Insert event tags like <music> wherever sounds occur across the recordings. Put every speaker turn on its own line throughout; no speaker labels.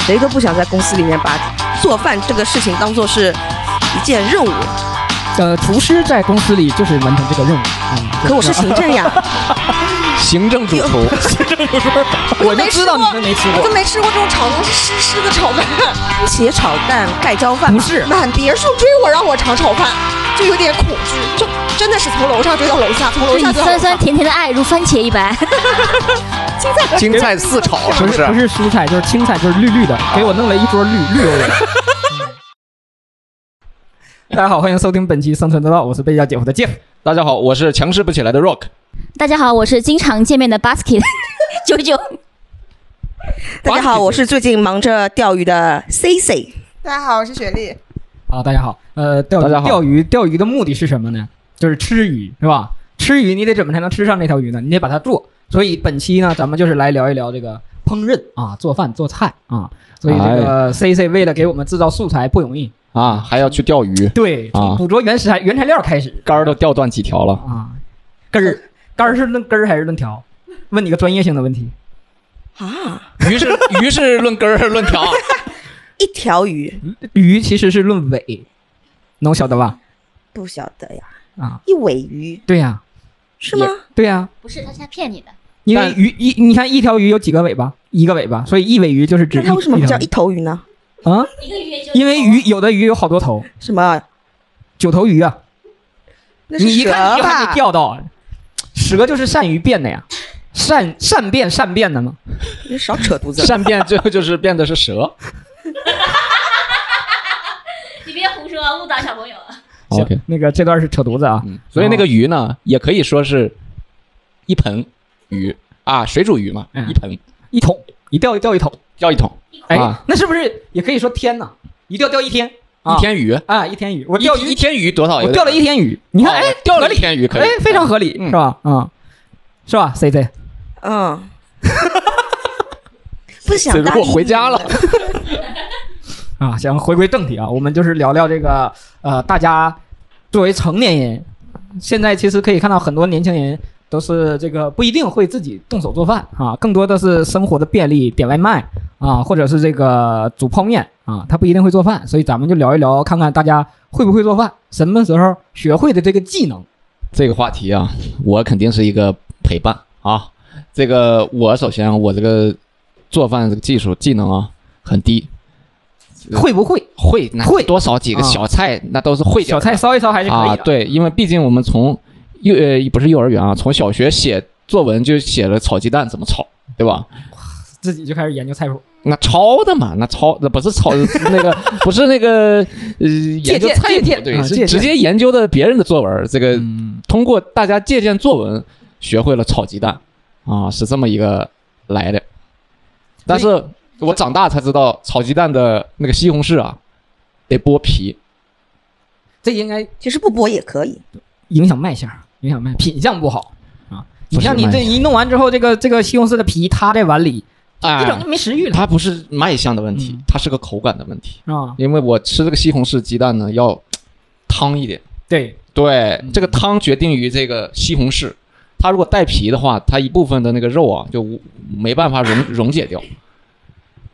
谁都不想在公司里面把做饭这个事情当做是一件任务，
<laughs> 呃，厨师在公司里就是完成这个任务。嗯、
可我是行政呀，
行政主 <laughs> 厨，行政主厨， <laughs> 我就知道你们没吃
我
过
就。没吃过这种炒蛋，是湿湿的炒蛋。
茄炒蛋盖浇饭
不
嘛
是，
满别墅追我，让我尝炒饭，就有点恐惧，就真的是从楼上追到楼下，从楼
对
下
你
追到楼
酸
下
酸。甜甜的爱如番茄一般， <laughs>
青菜四炒是
不
不
是啊
是
不？是蔬菜，就是青菜，就是绿绿的，给我弄了一桌绿绿油 <laughs> 油的。嗯大家好，欢迎收听本期《生存之道》，我是被要姐夫的 Jeff。
大家好，我是强势不起来的 Rock。
大家好，我是经常见面的 Basket <laughs> 九九，
大家好，我是最近忙着钓鱼的 C C。
大家好，我是雪莉。
啊，大家好，呃，钓
大家
鱼
好
钓鱼钓鱼的目的是什么呢？就是吃鱼，是吧？吃鱼你得怎么才能吃上那条鱼呢？你得把它做。所以本期呢，咱们就是来聊一聊这个烹饪啊，做饭做菜啊。所以这个 C C 为了给我们制造素材不容易，
啊，还要去钓鱼，
对，
啊
从捕捉原食材原材料开始，
杆儿都钓断几条了。
啊，根儿杆儿是论根儿还是论条？问你个专业性的问题，
鱼 <laughs> 是鱼是论根儿论条，
一条鱼
鱼其实是论尾，能晓得吧？
不晓得呀，
啊，
一尾鱼
对呀、
是吗？
对呀、
不是他现在骗你的，
因为
但
鱼一，你看一条鱼有几个尾巴？一个尾巴，所以一尾鱼就是指
那
一。
它为什么不叫
一
一头鱼呢？
条鱼啊？
一个月就
因为鱼有的鱼有好多头，
什么？
九头鱼啊，
那是
你一
蛇
看你就还没
吧？
钓到，蛇就是善于变的呀，善善变善变的嘛。
你少扯犊子！
<laughs> 善变最后就是变的是蛇。
你别胡说，误导小朋友。
行
OK
那个这段是扯犊子啊，
嗯，所以那个鱼呢，也可以说是一盆鱼啊，水煮鱼嘛，
嗯
一盆
一桶一钓钓一桶，
钓一桶，
哎
啊，
那是不是也可以说天呐？一钓钓一天，啊
一天鱼，
啊，一天鱼，我
一
钓鱼
一天鱼多少？
我钓了一，天鱼，你看，
哦
哎，
钓
合
了一
理，
天鱼可以
哎，，非常合理，
嗯
是吧？啊，是吧？C C， <laughs>
嗯，不想搭理
我回家了
你。
啊，行，回归正题啊，我们就是聊聊这个呃，大家作为成年人，现在其实可以看到很多年轻人都是这个不一定会自己动手做饭啊，更多的是生活的便利，点外卖啊，或者是这个煮泡面啊，他不一定会做饭，所以咱们就聊一聊，看看大家会不会做饭，什么时候学会的这个技能。
这个话题啊，我肯定是一个陪伴啊。这个我首先我这个做饭这个技术技能啊很低，
会不会
会那
会
多少几个
啊
小菜、那都是会点
小菜烧一烧还是可以
啊。
的？
对，因为毕竟我们从幼呃不是幼儿园啊，从小学写作文就写了炒鸡蛋怎么炒，对吧？
自己就开始研究菜谱。
那抄的嘛，那抄那不是
<laughs>
抄那个不是那个呃研究
鉴
菜
借鉴
谱，对，
啊
是
借鉴
直接研究的别人的作文，这个
嗯，
通过大家借鉴作文，学会了炒鸡蛋啊，是这么一个来的。但是我长大才知道，炒鸡蛋的那个西红柿啊，得剥皮。
这应该
其实不剥也可以，
影响卖相，影响卖品相不好啊。你
不是
像你
卖
这
相
一弄完之后，这个这个西红柿的皮塌在碗里，一整
哎
就，没食欲了，
它不是卖相的问题
嗯，
它是个口感的问题。
是吧？
因为我吃这个西红柿鸡蛋呢，要汤一点。
对，
对
嗯，
这个汤决定于这个西红柿，它如果带皮的话，它一部分的那个肉啊就无没办法溶溶解掉。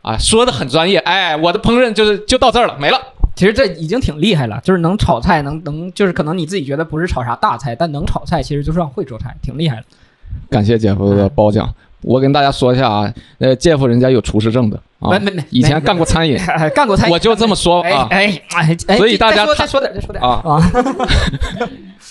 啊，说的很专业，哎，我的烹饪就是就到这儿了，没了。
其实这已经挺厉害了，就是能炒菜，能能就是可能你自己觉得不是炒啥大菜，但能炒菜其实就算会做菜，挺厉害了。
感谢姐夫的褒奖。我跟大家说一下啊，呃，姐夫人家有厨师证的啊，
没没没
以前干过餐饮， <laughs>
干过菜，
我就这么说
哎
啊，
哎哎哎，
所以大家
再说再说点再说点
啊
啊，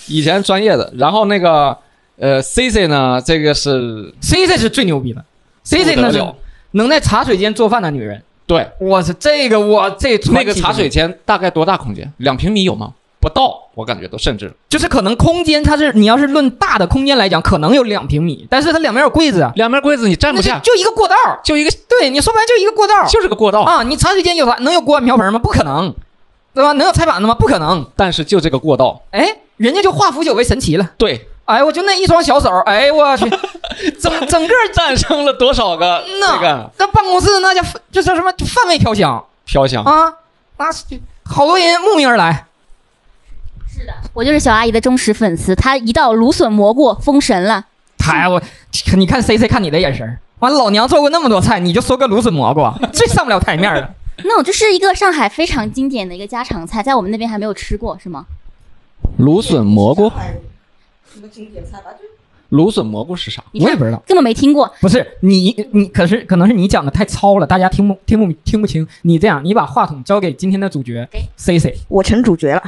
以前专业的。然后那个
呃，C C 呢，这个是
C C 是最牛逼的，C C
不得
那是
了
能在茶水间做饭的女人。
对
我操，这个我这
那
传
个
奇
茶
真
水
的
间大概多大空间？两平米有吗？不到，我感觉都甚至
就是可能空间，它是你要是论大的空间来讲，可能有两平米，但是它两边有柜子啊，
两面柜子你站
那
不
就
下，
就一个过道儿。
就一个
对你说白了就一个过道儿
就是个过道。
啊，你茶水间有啥能有锅碗瓢盆吗？不可能，对吧？能有菜板子吗？不可能。
但是就这个过道，
哎，人家就化腐朽为神奇了。
对，
哎，我就那一双小手，哎我
<laughs>
去，整整 <laughs> 个
诞生了多少个这
那
个
那办公室那叫就叫什么范围飘香
飘香？
啊，那是好多人慕名而来。
我就是小阿姨的忠实粉丝，她一到芦笋蘑菇封神了。
嗨，哎我你看 C C 看你的眼神儿，完老娘做过那么多菜，你就说个芦笋蘑菇，最上不了台面儿了。
那我这是一个上海非常经典的一个家常菜，在我们那边还没有吃过，是吗？
芦笋蘑菇，
什么经典菜吧？
芦笋蘑菇是啥？
你看
不知道，
根本没听过。
不是你你可是可能是你讲的太糙了，大家听不听不听不清。你这样，你把话筒交给今天的主角
哎
给
C C，
我成主角了。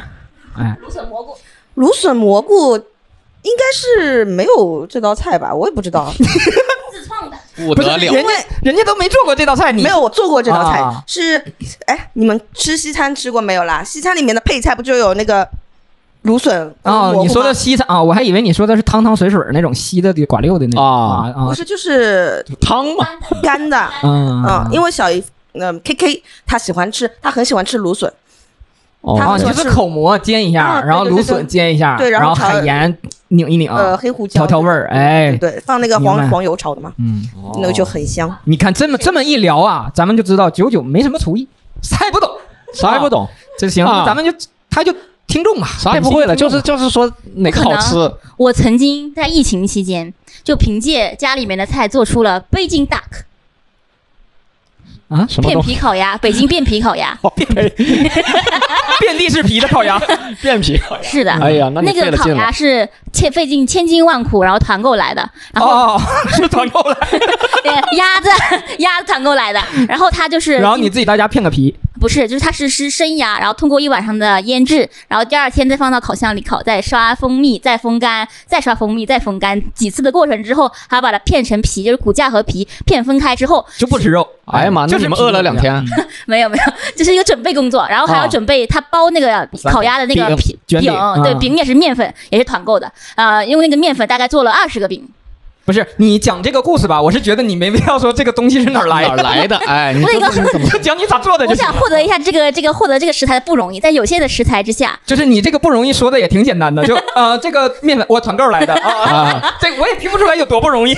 哎，
芦笋蘑菇，
芦笋蘑菇应该是没有这道菜吧？我也不知道，
自创的。
不
不是人家人家都没做过这道菜， <laughs> 你
没有我做过这道菜。
啊
是，哎，你们吃西餐吃过没有啦？西餐里面的配菜不就有那个芦笋和蘑
哦
菇？吗
你说的西餐啊、我还以为你说的是汤汤水水儿那种稀的寡溜的那种
啊
啊
不是就是
汤嘛，
干的，
啊嗯
嗯，因为小姨，嗯，K K 她喜欢吃，她很喜欢吃芦笋，
啊，
哦
他
就
们
是口蘑煎一下，
啊
然后
对对
芦
对
笋煎一下，
对然
然
后
后
炒
海盐拧一拧，
呃，黑胡椒
调啊调味儿，哎，
对，放那个
明
黄
白
黄油炒的嘛，
嗯，
那个就很香。
你看这么这么一聊啊，咱们就知道九九没什么厨艺，啥也不懂，
啥也不懂，
哦这行，
啊
那咱们就他就听众吧，
啥也不会了，
本期
就
听众
是就
吧
是说哪个好吃，
我曾经在疫情期间，就凭借家里面的菜做出了北京 duck
啊，
什么
片
东西
皮烤鸭，北京变皮烤
<laughs>
鸭。
遍地是皮的烤鸭，
变皮。
是的，
哎呀，那你
那
费
个
了
烤
劲
鸭
了。
是千费尽千辛万苦，然后团购来的，然后、
哦，是团购 <laughs> 了，
<laughs> 对鸭子鸭子团购来的，然后它就是
然后你自己大家片个皮，
不是就是它是是生鸭，然后通过一晚上的腌制，然后第二天再放到烤箱里烤，再刷蜂蜜，再风干，再刷蜂蜜，再风干几次的过程之后，还要把它片成皮，就是骨架和皮片分开之后，
就不吃肉。
哎呀妈，那
就是
你们饿了两天，
嗯
没有没有，就是一个准备工作，然后还要
啊
准备他包那个烤鸭的那个
饼
饼
卷饼
对
啊
饼也是面粉，也是团购的啊，用那个面粉大概做了二十个饼。
不是你讲这个故事吧？我是觉得你没必要说这个东西是哪儿来
哪儿
的，
来的？
<laughs>
哎，你
我有一个
这怎么
就讲你咋做的
我
就行
想。获得一下这个这个获得这个食材的不容易，在有限的食材之下，
就是你这个不容易说的也挺简单的， <laughs> 就呃这个面粉我团购来的啊，啊
啊？
这我也听不出来有多不容易。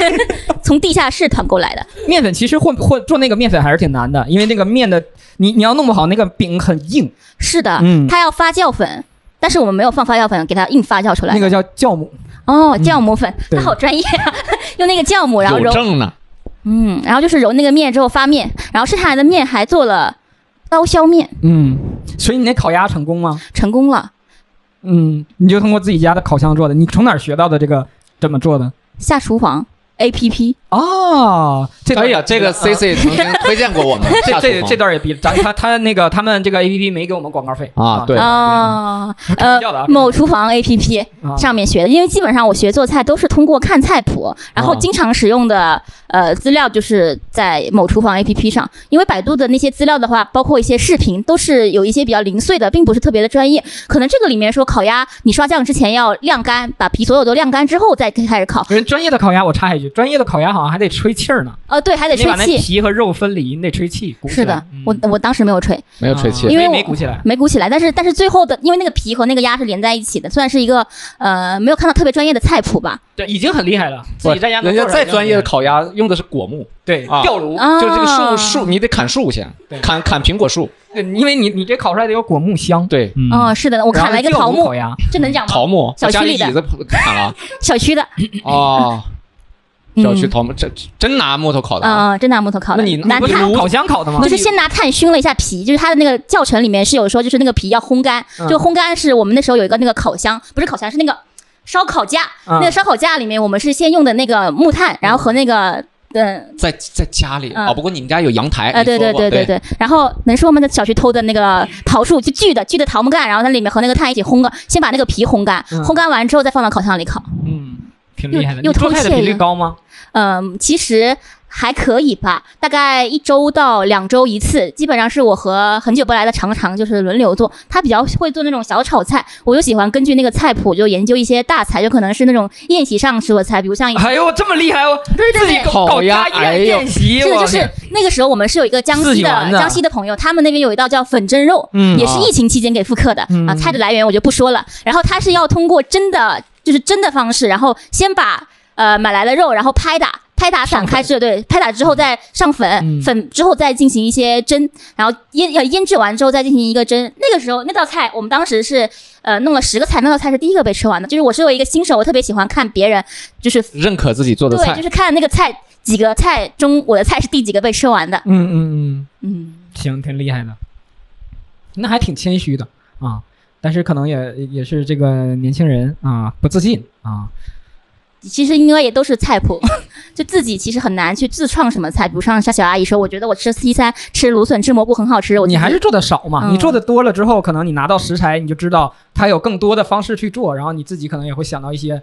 从地下室团购来的。
面粉其实混混做那个面粉还是挺难的，因为那个面的你你要弄不好那个饼很硬，
是的，
嗯
它要发酵粉，但是我们没有放发酵粉，给它硬发酵出来。
那个叫酵母。
哦，酵母粉，
对
它好专业啊！ <laughs> 用那个酵母，然后
有
揉，
证呢？
嗯，然后就是揉那个面之后发面，然后剩下来的面还做了刀削面，
嗯，所以你那烤鸭成功吗？
成功了。
嗯，你就通过自己家的烤箱做的，你从哪儿学到的这个怎么做的？
下厨房 A P P，
哦，这段
哎呀，这个 C C 曾经推荐过我们
<laughs> 这
下厨
这
房
这段也逼了，咱他他那个他们这个 A P P 没给我们广告费
啊对
啊，
开 <laughs> 玩笑的啊
呃，某厨房 APP
啊
上面学的，因为基本上我学做菜都是通过看菜谱，然后
啊
经常使用的呃资料就是在某厨房 APP 上，因为百度的那些资料的话，包括一些视频，都是有一些比较零碎的，并不是特别的专业。可能这个里面说烤鸭，你刷酱之前要晾干，把皮所有都晾干之后再开始烤。
人专业的烤鸭，我插一句，专业的烤鸭好像还得吹气儿呢，
呃，对，还得
你
吹
把那
气。
皮和肉分离，你得吹气。鼓起
是的
来嗯，
我我当时没有吹，
没有吹
啊
气
因，
所
为
以
我
没鼓起来。
没鼓起来，但是但是最后的，因为那个皮和那个鸭是连在一起的，算是一个呃没有看到特别专业的菜谱吧。
对，已经很厉害了，自
不
己在家能
人家
做出来
再
就
专业的
很厉害
烤鸭用的是果木，
对
啊
吊炉，
啊，
就这个树树，你得砍树先
对，
砍砍苹果树，
对因为你你这烤出来得有果木香。
对，
嗯
哦，是的，我
我
砍了一个桃木
烤，鸭，
这能讲吗？
桃木，
哦小
我
区
家里
里的
椅子砍
<laughs>
了
小区的，
哦，
嗯
小区桃木，这真拿木头烤的啊，
嗯，真拿木头烤的。
那你
拿
不是
炭，
烤箱烤的吗
就？是先拿炭熏了一下皮，就是它的那个教程里面是有说，就是那个皮要烘干，
嗯
就烘干是我们那时候有一个那个烤箱，不是烤箱，是那个烧烤架，
嗯
那个烧烤架里面我们是先用的那个木炭，然后和那个嗯。
在在家里
嗯
啊，不过你们家有阳台，
呃，
你
对
说
对
过
对对
对，
对，然后能是我们的小区偷的那个桃树，就锯的锯的桃木干，然后它里面和那个炭一起烘干，先把那个皮烘干，
嗯
烘干完之后再放到烤箱里烤。
嗯，挺厉害的。
又
你做
偷
菜的
窃
频率
呀
高吗？
嗯，其实还可以吧，大概一周到两周一次，基本上是我和很久不来的常常就是轮流做。他比较会做那种小炒菜，我就喜欢根据那个菜谱就研究一些大菜，就可能是那种宴席上吃的菜，比如像
哎呦，这么厉害哦！
对
自己搞
啊烤
搞
鸭
家
哎
宴
呦
宴席，
是的，
我
就是那个时候我们是有一个江
自
西
己
的
玩的
江西的朋友，他们那边有一道叫粉蒸肉，
嗯
也是疫情期间给复刻的、
嗯
啊。菜的来源我就不说了，然后他是要通过真的就是真的方式，然后先把呃买来的肉，然后拍打。拍打散开之后，对，拍打之后再上粉，
嗯
粉之后再进行一些蒸，然后腌要腌制完之后再进行一个蒸。那个时候那道菜，我们当时是呃弄了十个菜，那道菜是第一个被吃完的。就是我是有一个新手，我特别喜欢看别人就是
认可自己做的
对，
菜
就，是看那个菜几个菜中，我的菜是第几个被吃完的。
嗯嗯嗯，
嗯，
行，挺厉害的，那还挺谦虚的啊。但是可能也也是这个年轻人啊不自信啊，
其实应该也都是菜谱， <laughs> 就自己其实很难去自创什么菜。比如像像小阿姨说，我觉得我吃西餐吃芦笋吃蘑菇很好吃，我
你
自己
还是做的少嘛。
嗯
你做的多了之后，可能你拿到食材，你就知道它有更多的方式去做，然后你自己可能也会想到一些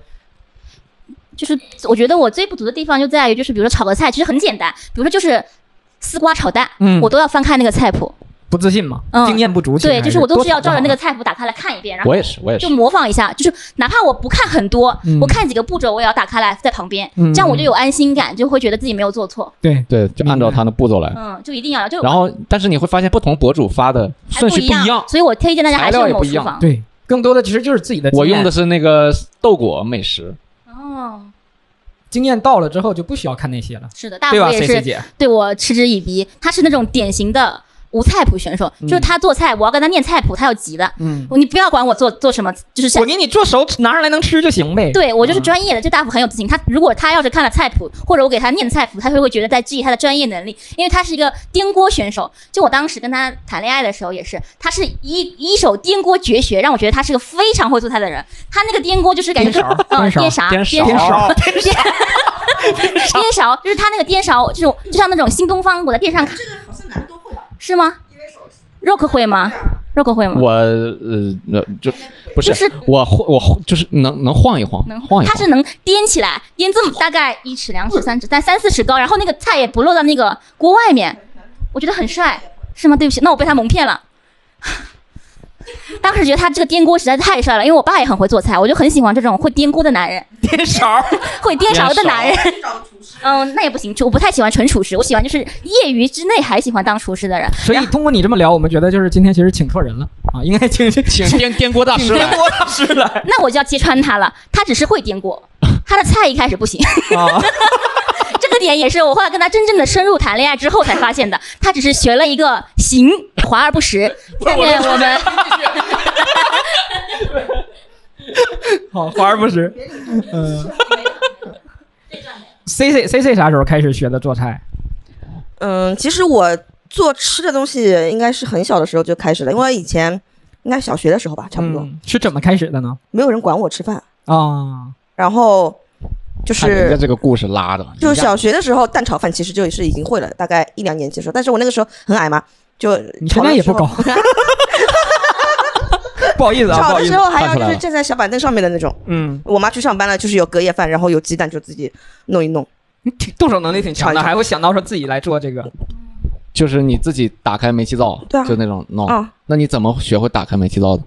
就是我觉得我最不足的地方就在于就是比如说炒个菜其实很简单，比如说就是丝瓜炒蛋，
嗯
我都要翻看那个菜谱，
不自信嘛，
嗯
经验不足。其实
对，
还
就是是我都是要
多啊
照
少
着
好
那个菜谱打开来看一遍，然后
我也是，我也是
就。模仿一下，就是哪怕我不看很多，
嗯
我看几个步骤，我也要打开来在旁边，
嗯
这样我就有安心感，就会觉得自己没有做错。
对，
对，就按照他的步骤来。
嗯，就一定要就
哎然后，但是你会发现不同博主发的
还
顺序不一样。
所以我推荐大家还是
材料也
某
不一
厨
样
房。
对，更多的其实就是自己的经
我
验。
用的是那个豆果美食，
哦，
经验到了之后，就不需要看那些了，
是的，大
对吧？
福也
谁谁
是
姐，
对我嗤之以鼻，他是那种典型的。无菜谱选手就是他做菜，我要跟他念菜谱，他要急的。
嗯，
你不要管我做做什么，就是想
我给你做熟，拿上来能吃就行呗。
对我就是
嗯
专业的。这大福很有自信，他如果他要是看了菜谱，或者我给他念菜谱，他就会觉得在质疑他的专业能力，因为他是一个颠锅选手。就我当时跟他谈恋爱的时候也是，他是一一手颠锅绝学，让我觉得他是个非常会做菜的人。他那个颠锅就是感觉
颠
是
勺颠
嗯
勺
颠啥
颠
<laughs>
勺
颠
啊勺
勺颠勺，就是他那个颠勺，这种就像那种新东方，我在电视上看，
哎这个好像男的都会吧？
是吗
因为手啊势。
？Rock 会吗？Rock 会吗？
我呃那就不是
嗯就是
我晃我晃就是能能晃一晃，
能
晃一
他
晃。
是能颠起来，颠这么大概一尺、两尺、三尺，但三四尺高，然后那个菜也不落到那个锅外面，我觉得很帅，是吗？对不起，那我被他蒙骗了。 <laughs> 当时觉得他这个颠锅实在太帅了，因为我爸也很会做菜，我就很喜欢这种会颠锅的男人， <laughs>
颠勺，
会颠勺的男人。
去找厨师。
嗯，那也不行，就我不太喜欢纯厨师，我喜欢就是业余之内还喜欢当厨师的人。
所以通过你这么聊，我们觉得就是今天其实请错人了啊，应该请请
请颠颠锅大师
颠
来，
锅大师来
那我就要揭穿他了，他只是会颠锅，他的菜一开始不行。
啊。
这个点也是我后来跟他真正的深入谈恋爱之后才发现的，他只是学了一个行，华而不实。下面我们
好，华而不实。嗯。C C C C 啥时候开始学的做菜？
嗯，其实我做吃的东西应该是很小的时候就开始了，因为以前应该小学的时候吧，差不多、
嗯，是怎么开始的呢？
没有人管我吃饭，
啊，
然后就
看人家
是
这个故事拉的，
就是小学的时候蛋炒饭其实就是已经会了，大概一两年级的时候，但是我那个时候很矮嘛，就
你
炒
现在
的
也
时
不
候
高， <laughs> 不好意思啊，不
炒
好
的
意
时
思。
候还要
看出
就
来
是
了
站在小板凳上面的那种。
嗯，
我妈去上班了，就是有隔夜饭，然后有鸡蛋就自己弄一弄。
你挺动手能力挺强的，
尝一尝
还会想到说自己来做这个。
就是你自己打开煤气灶，
对啊
就那种
哦
弄。
啊
那你怎么学会打开煤气灶的？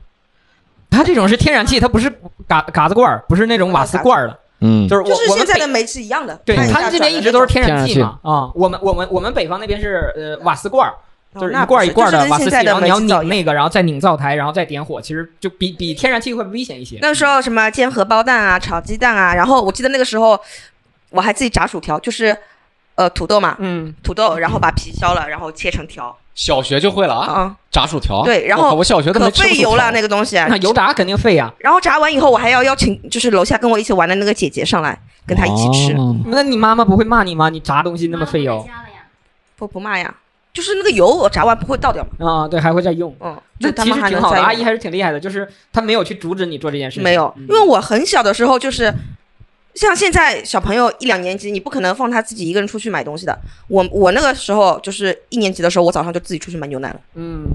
它这种是天然气，它不是嘎嘎子罐儿，不是那种瓦斯罐儿的，
嗯，
就是
就
我
是
我
现
们
在
北
的煤是一样的，
对
看
他
下
们这
转的
边一
那
直都是
种
天然气嘛啊，我们我们我们北方那边是呃瓦斯罐儿，就是
哦那
一罐儿
不
一罐儿
就
的
是
瓦
跟
斯
现
气，
在
然
的煤
后你要
气灶一
拧
样。
那个，然后再拧灶台，然后再点火，其实就比比天然气会危险一些。
那时候什么煎荷包蛋啊，炒鸡蛋啊，然后我记得那个时候我还自己炸薯条，就是呃土豆嘛，
嗯，
土豆，然后把皮削了，然后切成条
小学就会了啊，
啊，
炸薯条。
对然后
我靠我小学都
可
没吃过
费
薯
油
条
了那个东西。
那油炸肯定啊费呀。
然后炸完以后，我还要邀请就是楼下跟我一起玩的那个姐姐上来跟她一起吃，
哦
那你妈妈不会骂你吗？你炸东西那么费油
不不骂呀，就是那个油我炸完不会倒掉嘛，
啊？对，还会再用。
嗯，
那
就他
其
们
实
还
挺
能
好的，
再
阿
用
姨还是挺厉害的，就是她没有去阻止你做这件事情。
没有，
嗯
因为我很小的时候就是，像现在小朋友一两年级，你不可能放他自己一个人出去买东西的。我我那个时候就是一年级的时候，我早上就自己出去买牛奶了。
嗯，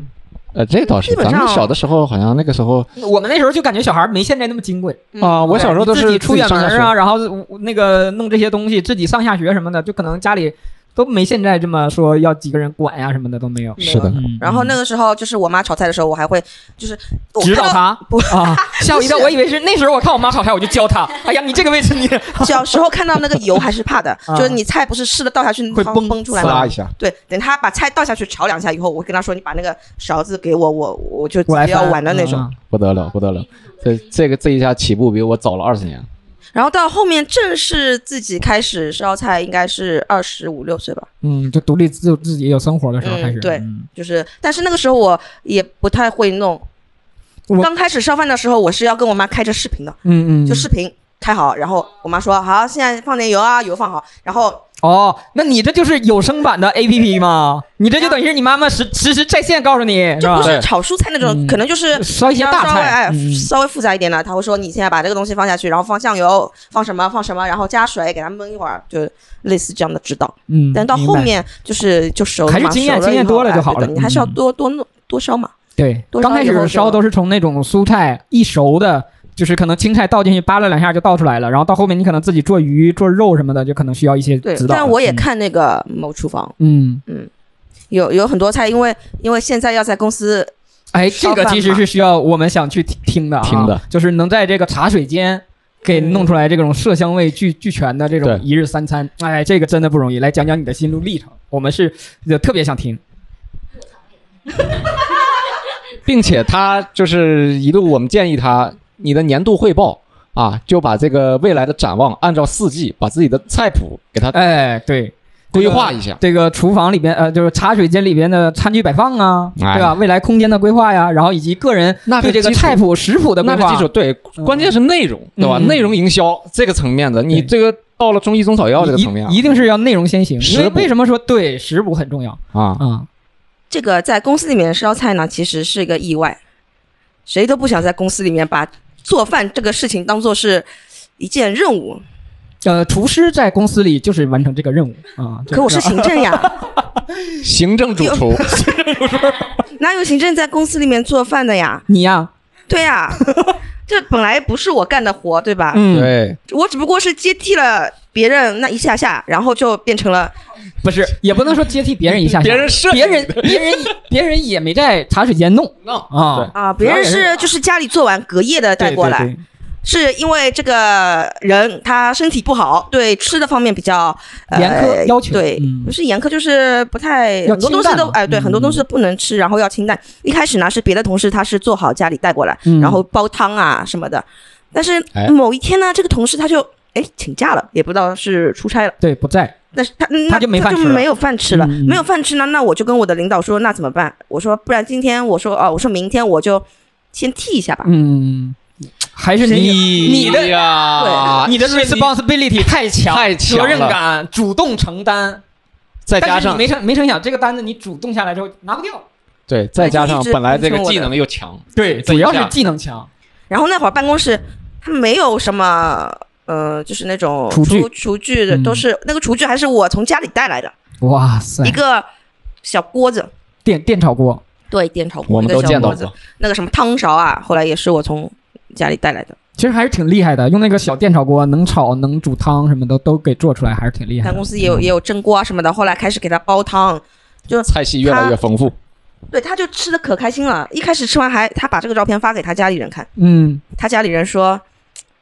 呃，这倒是，
基本
咱
上
们小的时候好像那个时候
我们那时候就感觉小孩没现在那么金贵。
嗯
啊，我小时候都
自
是
己出远门
自己上下
啊，
学，
然后呃那个弄这些东西，自己上下学什么的，就可能家里都没现在这么说要几个人管呀、什么的都没有。
是的，
嗯
然后那个时候就是我妈炒菜的时候，我还会就是我
指
看
导
到
他
不 <laughs>
啊，吓我一跳，我以为是那时候我看我妈炒菜，我就教他。哎呀，你这个位
<laughs>
置你
小时候看到那个油还是怕
<laughs>
的，
啊
就是你菜不是湿的倒下去
会
它
崩
崩出来
呲啦
吗
一？下，
对，等他把菜倒下去炒两下以后，我跟他说：“你把那个勺子给我，我我就直
我来
接要
翻
玩的那种。
嗯
不得了，不得了，这这个这一下起步比我早了二十年，
然后到后面正式自己开始烧菜，应该是二十五六岁吧。
嗯，就独立自自己有生活的时候开
嗯
始。
对
嗯
就是，但是那个时候我也不太会弄
我。
刚开始烧饭的时候，我是要跟我妈开着视频的，
嗯嗯，
就视频开好，然后我妈说：“好，现在放点油啊，油放好。”然后
哦，那你这就是有声版的 A P P 吗？你这就等于是你妈妈实实时在线告诉你是
就
吧
不？是
对
炒蔬菜那
嗯
种，可能就是
烧一些
要
大
稍微
菜
哎，，
嗯
稍微复杂一点的，他会说你现在把这个东西放下去，然后放酱油，放什么放什么，然后加水，给它焖一会儿，就类似这样的指导。
嗯，
但到
明
后
白
面就是就熟了
还是
嘛
经验
熟了以后
经验多了就好
哎对的
了
你还是要
嗯
多多弄多烧嘛。
对，
多
刚
烧
开
以后
始
就
烧都是从那种蔬菜一熟的，就是可能青菜倒进去扒拉两下就倒出来了，然后到后面你可能自己做鱼做肉什么的，就可能需要一些
对
指，导了。
但我也
嗯，
看那个某厨房，
嗯，
有有很多菜，因为因为现在要在公司
哎，这个
烧饭
其实
嘛
是需要我们想去听听的、啊，
听的，
就是能在这个茶水间。给弄出来这种色香味俱俱全的这种
对
一日三餐，哎，这个真的不容易。来讲讲你的心路历程，我们是呃特别想听。
并且他就是一路我们建议他，你的年度汇报啊，就把这个未来的展望按照四季把自己的菜谱给他
哎，对，
规划一下。
这个厨房里边，呃，就是茶水间里边的餐具摆放啊，
哎
对吧？未来空间的规划呀，然后以及个人
那
对
是
这个
基础
菜谱食谱的规
那是
划，
基础，对，关键是内容，对吧？
嗯
内容营销这个层面的，你这个到了中医中草药这个层面啊
一一定是要内容先行。因为
食谱
为什么说对食谱很重要
啊，
啊？
这个在公司里面烧菜呢，其实是一个意外，谁都不想在公司里面把做饭这个事情当做是一件任务。
呃，厨师在公司里就是完成这个任务啊。这
可我是行政呀，
<laughs>
行政主
<laughs>
厨，
哪有行政在公司里面做饭的呀？
你呀，
对
<laughs>
呀、这本来不是我干的活，对吧？
嗯，
对，
我只不过是接替了别人那一下下，然后就变成了
不是，也不能说接替别人一下
<laughs>
下，
别人设计
别人别人别人也没在茶水间弄啊。
啊，别人是就是家里做完隔夜的带
对
过来，
对对
是因为这个人他身体不好，对吃的方面比较、呃、
严苛要求
对，
嗯
不是严苛，就是不太
要
很多东西
清淡
都
嘛
哎、对，
嗯
很多东西不能吃，然后要清淡。一开始呢是别的同事他是做好家里带过来，
嗯
然后煲汤啊什么的，但是
哎
某一天呢，这个同事他就哎请假了，也不知道是出差了。
对，不在，
但是他嗯那
他就没饭吃了
没有饭吃了，
嗯嗯
没有饭吃呢，那我就跟我的领导说，那怎么办？我说不然今天我说哦，我说明天我就先替一下吧。
嗯，还是你
你
你的
呀，
你的
是
responsibility 太强，
太强
责任
了
感，主动承担，
再
但
加
是你
上
没成没成想，这个单子你主动下来之后拿不掉。
对，再加上
一直
本来这个
完成我的
技能又强，
对，
这
主
一下
要是技能强。
然后那会儿办公室它没有什么，呃，就是那种
厨具
厨厨具的
嗯
都是、那个厨具还是我从家里带来的
哇塞
一个小锅子，
电电炒锅，
对，电炒锅，
我
一
们都
个小
见到
锅子
过，
那个什么汤勺啊，后来也是我从家里带来的。
其实还是挺厉害的，用那个小电炒锅能炒能煮汤什么的都给做出来，还是挺厉害
但
的。
公司
嗯
也有也有蒸锅啊什么的，后来开始给他煲汤，
菜系越来越丰富。
对，他就吃的可开心了。一开始吃完还他把这个照片发给他家里人看，
嗯，
他家里人说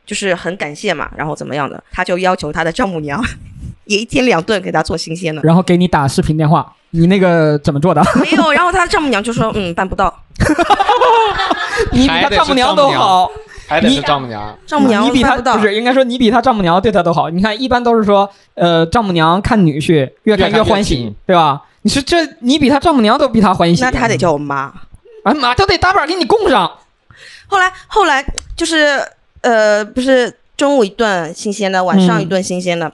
就是很感谢嘛，然后怎么样的，他就要求他的丈母娘 <laughs> 也一天两顿给他做新鲜的。
然后给你打视频电话，你那个怎么做的？
没有，然后他丈母娘就说：“嗯，办不到。
<laughs> 你比他丈母娘都好，
还
得是
丈母娘，”
丈母娘
你比
办
他
不到
不，是应该说你比他丈母娘对他都好。你看，一般都是说，呃，丈母娘看女婿越看
越看越
欢喜
亲，
对吧？你说这你比他丈母娘都比他欢喜，
那他得叫我妈。
哎妈，都得打板给你供上。
后来后来就是呃，不是中午一顿新鲜的，晚上一顿新鲜的。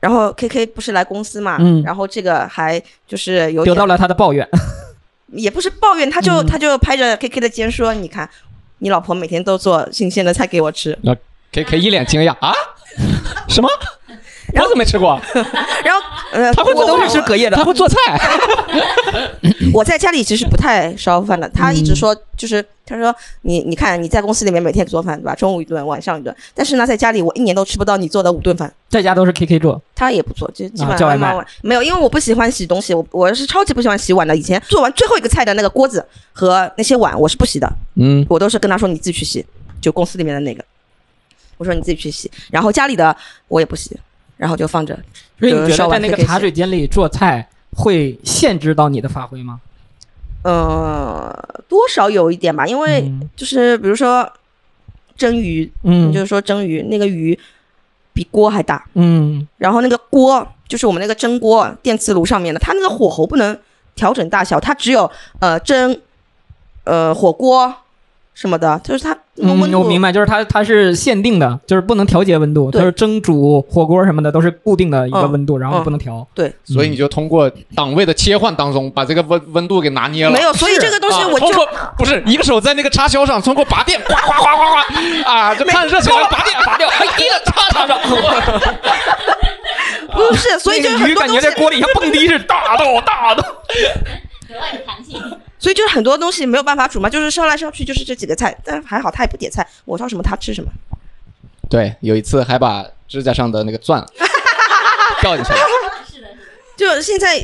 然后 K K 不是来公司嘛，
嗯
然后这个还就是有
得
点
到了他的抱怨，
也不是抱怨，他就、
嗯
他就拍着 K K 的肩说：“你看，你老婆每天都做新鲜的菜给我吃。
<laughs> K K 一脸惊讶啊，什么？”我怎么没吃过？
然后呃，
他会做
我都
饭吃隔夜的，他会做菜。
我在家里其实不太烧饭的，他一直
嗯
说就是他说你你看你在公司里面每天做饭对吧？中午一顿，晚上一顿，但是呢，在家里我一年都吃不到你做的五顿饭。
在家都是 KK 做，
他也不做，就基本
啊
上
叫外
外卖
卖
碗没有，因为我不喜欢洗东西，我我是超级不喜欢洗碗的。以前做完最后一个菜的那个锅子和那些碗，我是不洗的，
嗯，
我都是跟他说你自己去洗，就公司里面的那个，我说你自己去洗，然后家里的我也不洗，然后就放着。
所以你觉
烧
得在
完
那个
KK
茶水间里做菜会限制到你的发挥吗？
呃，多少有一点吧，因为
嗯
就是比如说蒸鱼，
嗯
就是说蒸鱼那个鱼比锅还大，
嗯
然后那个锅就是我们那个蒸锅，电磁炉上面的，它那个火候不能调整大小，它只有呃蒸呃火锅什么的，就是它那个温
嗯，
度、
我明白，就是它它是限定的，就是不能调节温度，
对
它是蒸煮火锅什么的都是固定的一个
嗯
温度，然后
嗯
不能调。
对。
所以你就通过档位的切换当中，把这个温温度给拿捏了。
没有，所以这个东西
啊
我
通
就、
过不是一个手在那个插销上，通过拔电，哗哗哗哗哗啊，就看热起来拔电拔掉，哎，一个插插上，
不是， <laughs> 所以就
啊
是
那个
很
鱼
多
感觉
东
在
西，
锅里像蹦迪似的，大到大到。
格外的弹性。
所以就是很多东西没有办法煮嘛，就是烧来烧去就是这几个菜，但还好他也不点菜，我烧什么他吃什么。
对，有一次还把指甲上的那个
<laughs>
钻掉进去了。
就现在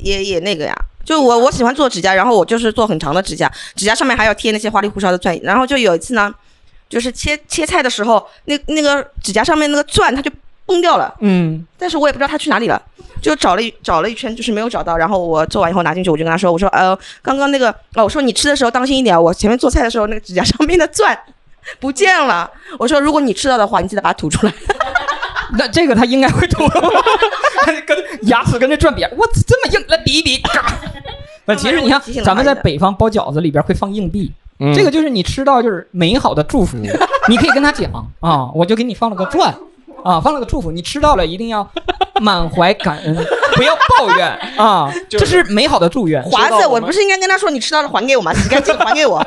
也也那个呀，就我我喜欢做指甲，然后我就是做很长的指甲，指甲上面还要贴那些花里胡哨的钻。然后就有一次呢，就是切切菜的时候，那那个指甲上面那个钻它就崩掉了，
嗯，
但是我也不知道它去哪里了，就找了一找了一圈，就是没有找到。然后我做完以后拿进去，我就跟他说，我说呃，刚刚那个哦，我说你吃的时候当心一点，我前面做菜的时候那个指甲上面的钻。 <laughs> 不见了，我说如果你吃到的话，你记得把它吐出来。
那这个它应该会吐， <laughs> 跟牙齿跟这转比，我这么硬，来比一比。嘎那其实你看
提醒，了
咱
阿
们在
姨的
北方包饺子里边会放硬币，
嗯
这个就是你吃到就是美好的祝福， <laughs> 你可以跟他讲啊，我就给你放了个钻。啊，放了个祝福，你吃到了一定要满怀感 <laughs> 恩，不要抱怨啊，这是美好的祝愿。
华
知
子，
道我
我
吗
不是应该跟他说你吃到了还给我吗？洗干净还
<laughs>
给我，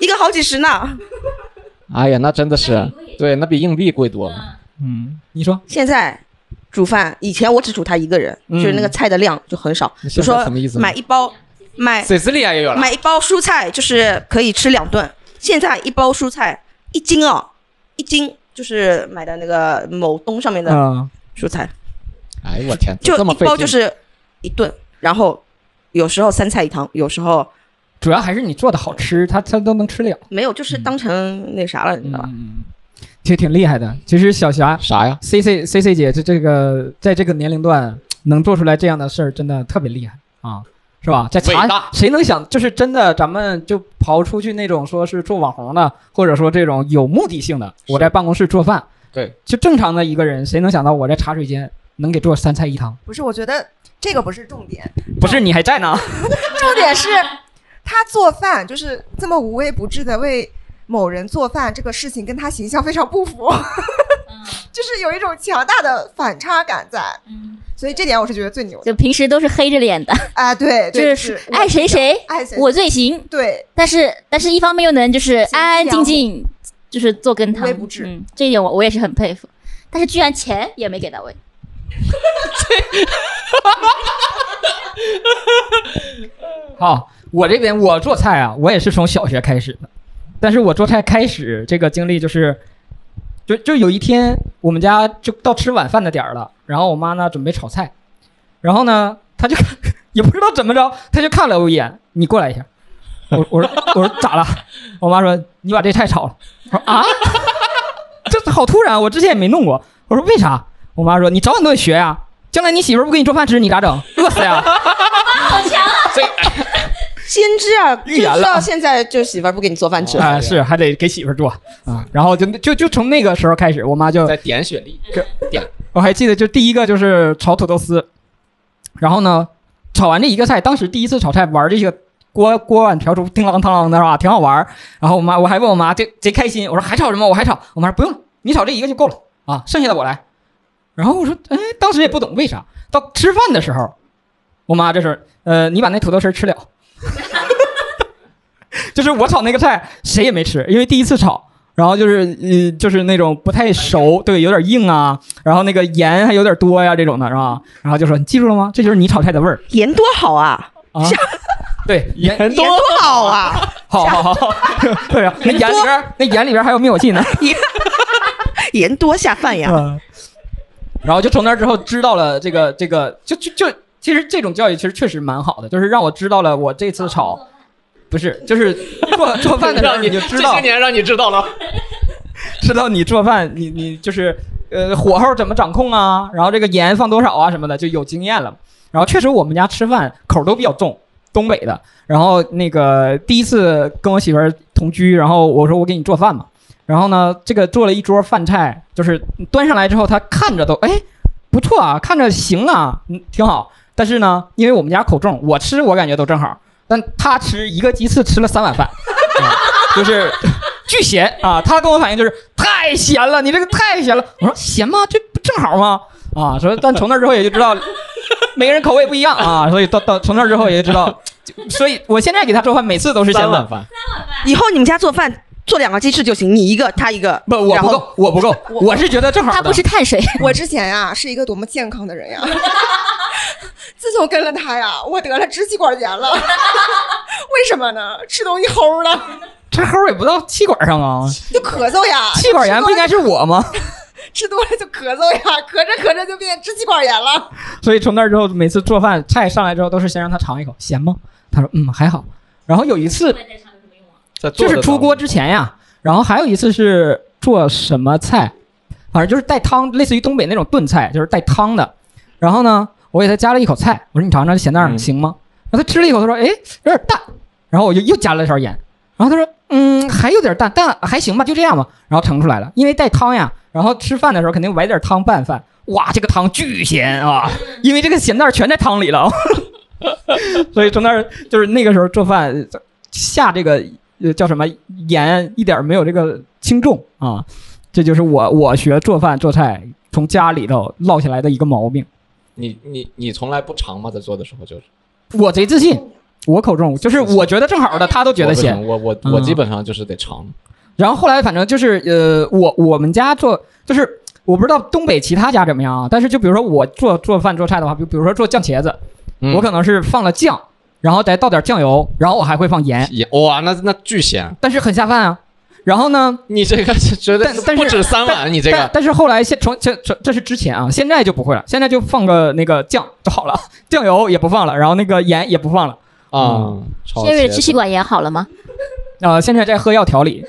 一个好几十呢。
哎呀，那真的是，对，那比硬币贵多了。
嗯，你说
现在煮饭，以前我只煮他一个人，
嗯
就是那个菜的量就很少，
那
比
现
如
在
嗯说
什么意思呢
买一包，买
塞斯利亚也有了，
买一包蔬菜就是可以吃两顿。现在一包蔬菜一斤哦，一斤就是买的那个某东上面的
啊，
蔬菜，
哎呦我天，
就
嗯这么
一
费
包
劲，
就是一顿，然后有时候三菜一汤，有时候
主要还是你做的好吃，他他都能吃了，
没有，就是当成那啥了，你知道吧？
嗯，其实挺厉害的。其实小霞
啥呀？
C C C C 姐这这个在这个年龄段能做出来这样的事儿，真的特别厉害啊，是吧？在
伟
茶
大
谁能想，就是真的，咱们就刨出去那种说是做网红的，或者说这种有目的性的，
是
我在办公室做饭，
对，
就正常的一个人，谁能想到我在茶水间能给做三菜一汤？
不是，我觉得这个不是重
<laughs>
点，
不是你还在呢？
重点是他做饭就是这么无微不至的为某人做饭这个事情，跟他形象非常不
<laughs>
符， <laughs> 就是有一种强大的反差感在，
嗯
所以这点我是觉得最牛的。
就平时都是黑着脸的，
哎，对，
就
对
是
我
爱谁谁，
爱谁，
我最行。
对
但是但是，一方面又能就是
行
安安
之
静
养
静，就是做羹汤，
无微不至
嗯，这一点我我也是很佩服。但是居然钱也没给到位，
好，我这边我做菜啊，我也是从小学开始的，但是我做菜开始这个经历就是，就就有一天我们家就到吃晚饭的点儿了，然后我妈呢准备炒菜，然后呢她就看 <laughs> 也不知道怎么着，她就看了我一眼，你过来一下，我我说我说咋了？我妈说你把这菜炒了，我说啊， <laughs> 这好突然，我之前也没弄过，我说为啥？我妈说你早晚都得学呀、将来你媳妇儿不给你做饭吃，你咋整？饿死呀！
先知啊，就
预言了
知道现在就媳妇儿不给你做饭吃了。
啊、是还得给媳妇儿做啊。然后就就就从那个时候开始，我妈就
在点雪莉，
我还记得，就第一个就是炒土豆丝，然后呢，炒完这一个菜，当时第一次炒菜玩这些锅锅碗瓢厨叮啷当啷的是吧，挺好玩儿。然后我妈我还问我妈这贼开心，我说还炒什么？我还炒，我妈说不用了，你炒这一个就够了啊，剩下的我来。然后我说，哎，当时也不懂为啥，到吃饭的时候，我妈这时候，呃，你把那土豆丝儿吃 <laughs> 了，就是我炒那个菜谁也没吃，因为第一次炒。然后就是呃就是那种不太熟，对，有点硬啊，然后那个盐还有点多呀、这种的是吧？然后就说你记住了吗？这就是你炒菜的味儿
盐多好啊，
啊。对，盐
盐多好啊，
好好好，对啊，那盐里边儿那盐里边儿还有灭火器呢。
盐多下饭哎
<laughs>
呀。
嗯， <laughs> 然后就从那儿之后知道了这个这个，就就就其实这种教育其实确实蛮好的，就是让我知道了我这次炒不是就是做做饭的
<laughs>
时候你就知道
年让你知道了，
知道你做饭你你就是呃火候怎么掌控啊，然后这个盐放多少啊什么的就有经验了。然后确实我们家吃饭口都比较重，东北的。然后那个第一次跟我媳妇儿同居，然后我说我给你做饭嘛，然后呢这个做了一桌饭菜，就是端上来之后，她看着都哎不错啊，看着行啊，嗯挺好。但是呢，因为我们家口重，我吃我感觉都正好，但她吃一个鸡翅吃了三碗饭， <laughs> 啊就是巨咸啊！她跟我反映就是太咸了，你这个太咸了。我说咸吗？这不正好吗？啊，说但从那之后也就知道每个人口味不一样啊，所以到到从那之后也就知道， <laughs> 就所以我现在给他做饭每次都是
三
咸
碗
的。
饭，
以后你们家做饭做两个鸡翅就行，你一个他一个。
不，我
然
不
后。
够，我不够，我是觉得正好的。
它不吃碳水，
我之前呀、是一个多么健康的人呀， <laughs> 自从跟了他呀，我得了支气管炎了。 <laughs> 为什么呢？吃东西齁了，
这齁也不到气管上啊，
就咳嗽呀。
气管炎不应该是我 <laughs> 吗？
吃多了就咳嗽呀，咳着咳着就变支气管炎了。
所以从那之后，每次做饭菜上来之后，都是先让他尝一口，咸吗？他说嗯还好。然后有一次
在做
就
的
是出锅之前呀，然后还有一次是做什么菜，反正就是带汤，类似于东北那种炖菜，就是带汤的。然后呢，我给他加了一口菜，我说你尝尝这咸淡儿
嗯
行吗？然后他吃了一口，他说哎有点淡，然后我就又加了一勺盐，然后他说嗯还有点淡，但还行吧，就这样吧。然后盛出来了，因为带汤呀，然后吃饭的时候肯定崴点汤拌饭，哇这个汤巨咸啊，因为这个咸淡儿全在汤里了。 <laughs> 所以从那儿就是那个时候做饭下这个呃叫什么盐一点儿没有这个轻重啊，这就是我我学做饭做菜从家里头落下来的一个毛病。
你你你从来不尝吗？在做的时候就是
我贼自信，我口重，哦就是嗯我觉得正好的，他都觉得咸。嗯
我不尝我我我基本上就是得尝，
然后后来反正就是呃，我我们家做就是我不知道东北其他家怎么样啊，但是就比如说我做做饭做菜的话，比比如说做酱茄子，
嗯
我可能是放了酱，然后再倒点酱油，然后我还会放盐，
也哇那那巨咸，
但是很下饭啊。然后呢，
你这个是绝对
但但是
不止三碗，你这
但
个啊
但是后来现从这这这是之前啊，现在就不会了，现在就放个那个酱就好了， <laughs> 酱油也不放了，然后那个盐也不放了，
啊，
嗯
是
超
因为
咸
支气管炎好了吗？
啊，现在在喝药调理。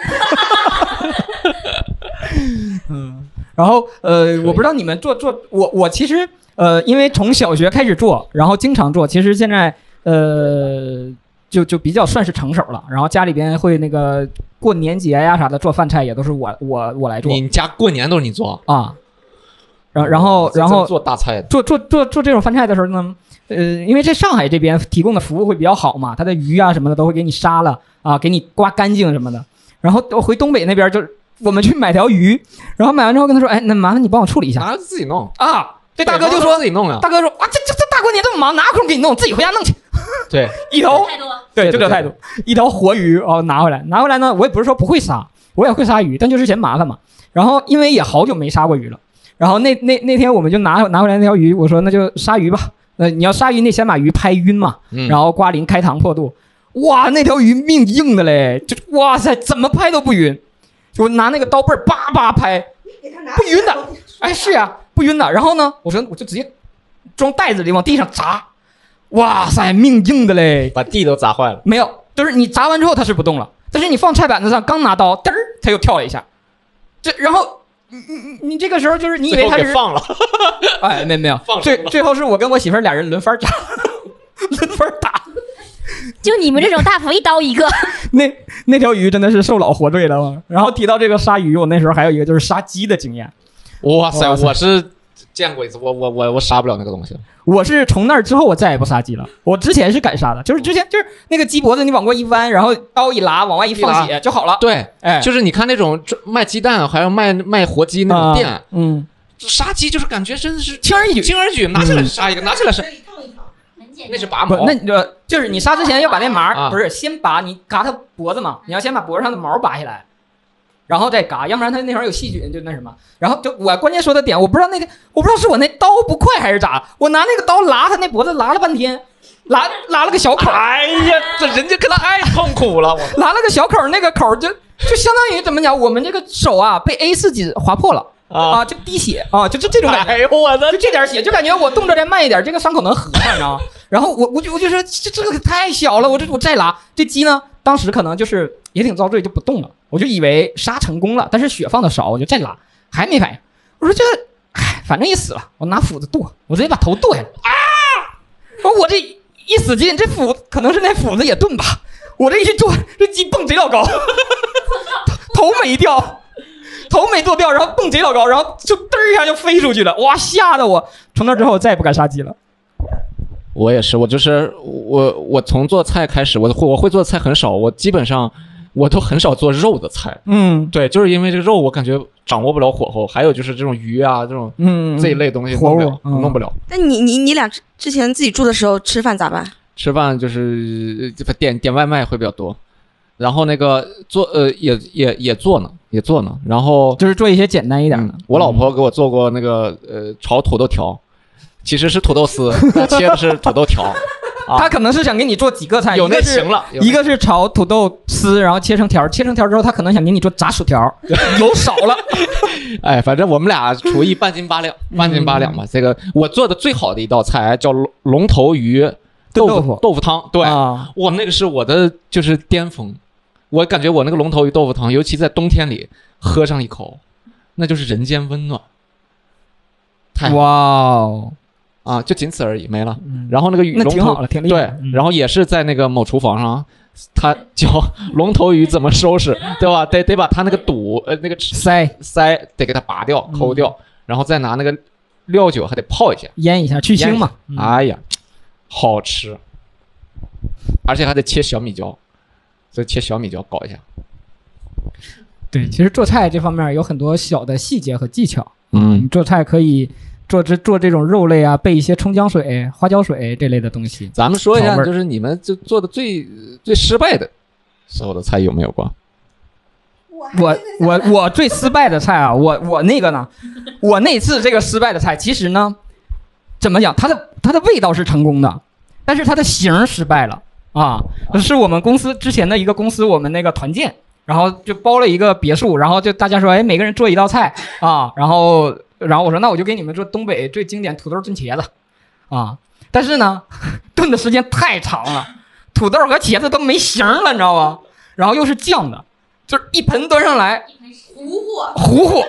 嗯，然后呃，我不知道你们做做我我其实呃，因为从小学开始做，然后经常做，其实现在呃就就比较算是成熟了。然后家里边会那个过年节呀、啥的做饭菜也都是我我我来做
你家过年都是你做，
啊。然然后
真
然后
的做大菜的，
做做做做这种饭菜的时候呢，呃，因为在上海这边提供的服务会比较好嘛，它的鱼啊什么的都会给你杀了啊，给你刮干净什么的。然后我回东北那边就是我们去买条鱼，然后买完之后跟他说，哎，那麻烦你帮我处理一下
拿自己弄。
啊。这大哥
北
就
方
说
自，己弄啊，
大哥说，哇，这这这大过年这么忙，哪有空给你弄，自己回家弄去。
对，
一头对，就这
对对
态度，一条活鱼哦拿回来，拿回来呢，我也不是说不会杀，我也会杀鱼，但就是嫌麻烦嘛。然后因为也好久没杀过鱼了，然后那那那天我们就拿拿回来那条鱼，我说那就杀鱼吧，呃，你要杀鱼，你得先把鱼拍晕嘛，
嗯
然后刮鳞开膛破肚，哇，那条鱼命硬的嘞，就哇塞，怎么拍都不晕，就拿那个刀背儿叭叭拍，不晕的，哎是呀、不晕的。然后呢，我说我就直接装袋子里往地上砸，哇塞，命硬的嘞，
把地都砸坏了。
没有，就是你砸完之后它是不动了，但是你放菜板子上刚拿刀，嘚儿它又跳了一下，这然后你你你你这个时候就是你以为
最后
它是
给放了，
哎没有没有
放，
最
生了
最后是我跟我媳妇儿俩人轮番儿打， <laughs> 轮番儿打，
就你们这种大夫一刀一个，
那那条鱼真的是受老活罪了。然后提到这个杀鱼，我那时候还有一个就是杀鸡的经验，
哇塞，
哇塞
我是见过一次，我我我我杀不了那个东西了。
我是从那儿之后，我再也不杀鸡了。我之前是敢杀的，就是之前就是那个鸡脖子，你往过一弯，然后刀一拉，往外一放血就好了。
对，
哎，
就是你看那种专卖鸡蛋，还有卖卖活鸡那
啊
种店，
嗯，
杀鸡就是感觉真的是
轻而易举。
轻而易举，拿起来杀一个，拿起来杀，那是拔
不
毛，。 <laughs>
那你就就是你杀之前要把那麻儿、
啊
不是先拔，你嘎它脖子嘛，你要先把脖子上的毛拔下来，然后再嘎，要不然它那会儿有细菌就那什么。然后就我关键说的点，我不知道那天我不知道是我那刀不快还是咋，我拿那个刀拉他那脖子拉了半天，拉拉了个小口，
哎呀，这人家可太痛苦
<laughs>
了，我
拉了个小口儿，那个口儿就就相当于怎么讲，我们这个手啊被 A 四纸划破了
啊
啊，就滴血啊，就就这种感觉。
哎呦我的
就这点血，就感觉我动作再慢一点，这个伤口能合上，你知道吗？然后我我就我就说这这个太小了，我这我再拉这鸡呢，当时可能就是也挺遭罪，就不动了。我就以为杀成功了，但是血放的少，我就再拉，还没反应。我说这，唉，反正也死了，我拿斧子剁，我直接把头剁下来啊！我这一使劲，这斧可能是那斧子也钝吧，我这一剁，这鸡蹦贼老高， <laughs> 头头没掉。头没剁掉，然后蹦贼老高，然后就嘚儿一下就飞出去了，哇，吓得我！从那之后我再也不敢杀鸡了。
我也是，我就是我我从做菜开始，我会我会做的菜很少，我基本上我都很少做肉的菜。
嗯
对，就是因为这个肉我感觉掌握不了火候，还有就是这种鱼啊这种
嗯
这一类东西
活
弄
物
不了，
嗯
弄不了。
那你你你俩之之前自己住的时候吃饭咋办？
吃饭就是呃点点外卖会比较多，然后那个做呃也也也做呢，也做呢。然后
就是做一些简单一点的
嗯。我老婆给我做过那个呃炒土豆条，其实是土豆丝，但切的是土
<laughs>
豆条，啊
嗯她可能是想给你做几个菜，哎
有
一个
那
是
行了，有那
一个是炒土豆丝，然后切成条儿，切成条儿之后，她可能想给你做炸薯条
<laughs>
儿，油少了。
哎，反正我们俩厨艺半斤八两，
嗯
半斤八两吧。这个我做的最好的一道菜叫龙龙头鱼
炖
豆
豆
腐
腐
汤，对，
啊，
哇，那个是我的就是巅峰。我感觉我那个龙头鱼豆腐汤，尤其在冬天里喝上一口，那就是人间温暖。太好
哇哦，
啊，就仅此而已，没了。
嗯
然后那个鱼
那
龙
挺
头
好了挺厉害
对
嗯，
然后也是在那个某厨房上，他教 <laughs> 龙头鱼怎么收
<laughs>
拾，对吧？得得把它那个肚呃那个
塞
腮得给它拔掉、抠掉，
嗯
然后再拿那个料酒还得泡一下。
腌一下去腥嘛。嗯
哎呀，好吃，而且还得切小米椒，所以切小米椒搞一下。
对，其实做菜这方面有很多小的细节和技巧。你
嗯，
做菜可以做这做这种肉类啊，备一些葱姜水、花椒水这类的东西。
咱们说一
好味
下，
儿
就是你们就做的最最失败的时候的菜有没有过？
我
我我
我
我最失败的菜啊，我我那个呢，我那次这个失败的菜，其实呢，怎么讲，它的它的味道是成功的，但是它的形儿失败了啊，是我们公司之前的一个公司，我们那个团建，然后就包了一个别墅，然后就大家说，哎，每个人做一道菜啊，然后然后我说，那我就给你们做东北最经典土豆炖茄子啊，但是呢，炖的时间太长了，土豆和茄子都没形儿了，你知道吗？然后又是酱的。就是一盆端上来，糊糊，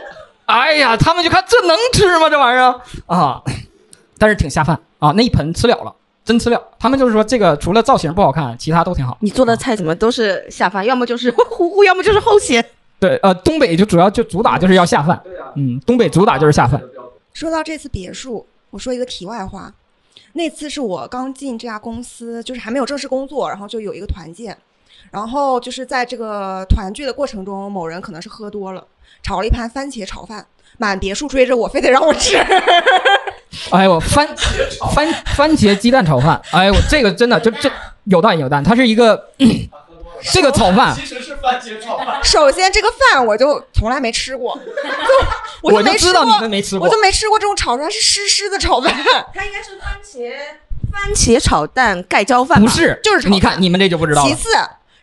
哎呀，他们就看这能吃吗？这玩意儿啊，但是挺下饭啊，那一盆吃了了，真吃了。他们就是说这个除了造型不好看，其他都挺好。
你做的菜怎么都是下饭，要么就是 <laughs> 糊糊，要么就是齁咸。
对，呃，东北就主要就主打就是要下饭，
啊
嗯，东北主打就是下饭。
说到这次别墅，我说一个题外话，那次是我刚进这家公司，就是还没有正式工作，然后就有一个团建，然后就是在这个团聚的过程中，某人可能是喝多了，炒了一盘番茄炒饭，满别墅追着我，非得让我吃。 <laughs>
哎呦，番番番茄鸡蛋炒饭，哎呦，这个真的就这有蛋有蛋，它是一个这个炒饭，
实是番茄炒饭。
首先，这个饭我就从来没吃过，就 <laughs>
我
就没吃
知
过，
道你们没吃
我
过
就。没吃过这种炒出来是湿湿的炒饭。
它应该是番茄番茄炒蛋盖浇饭吧，
不是，
就是炒饭
你看你们这就不知道
其
了。
次，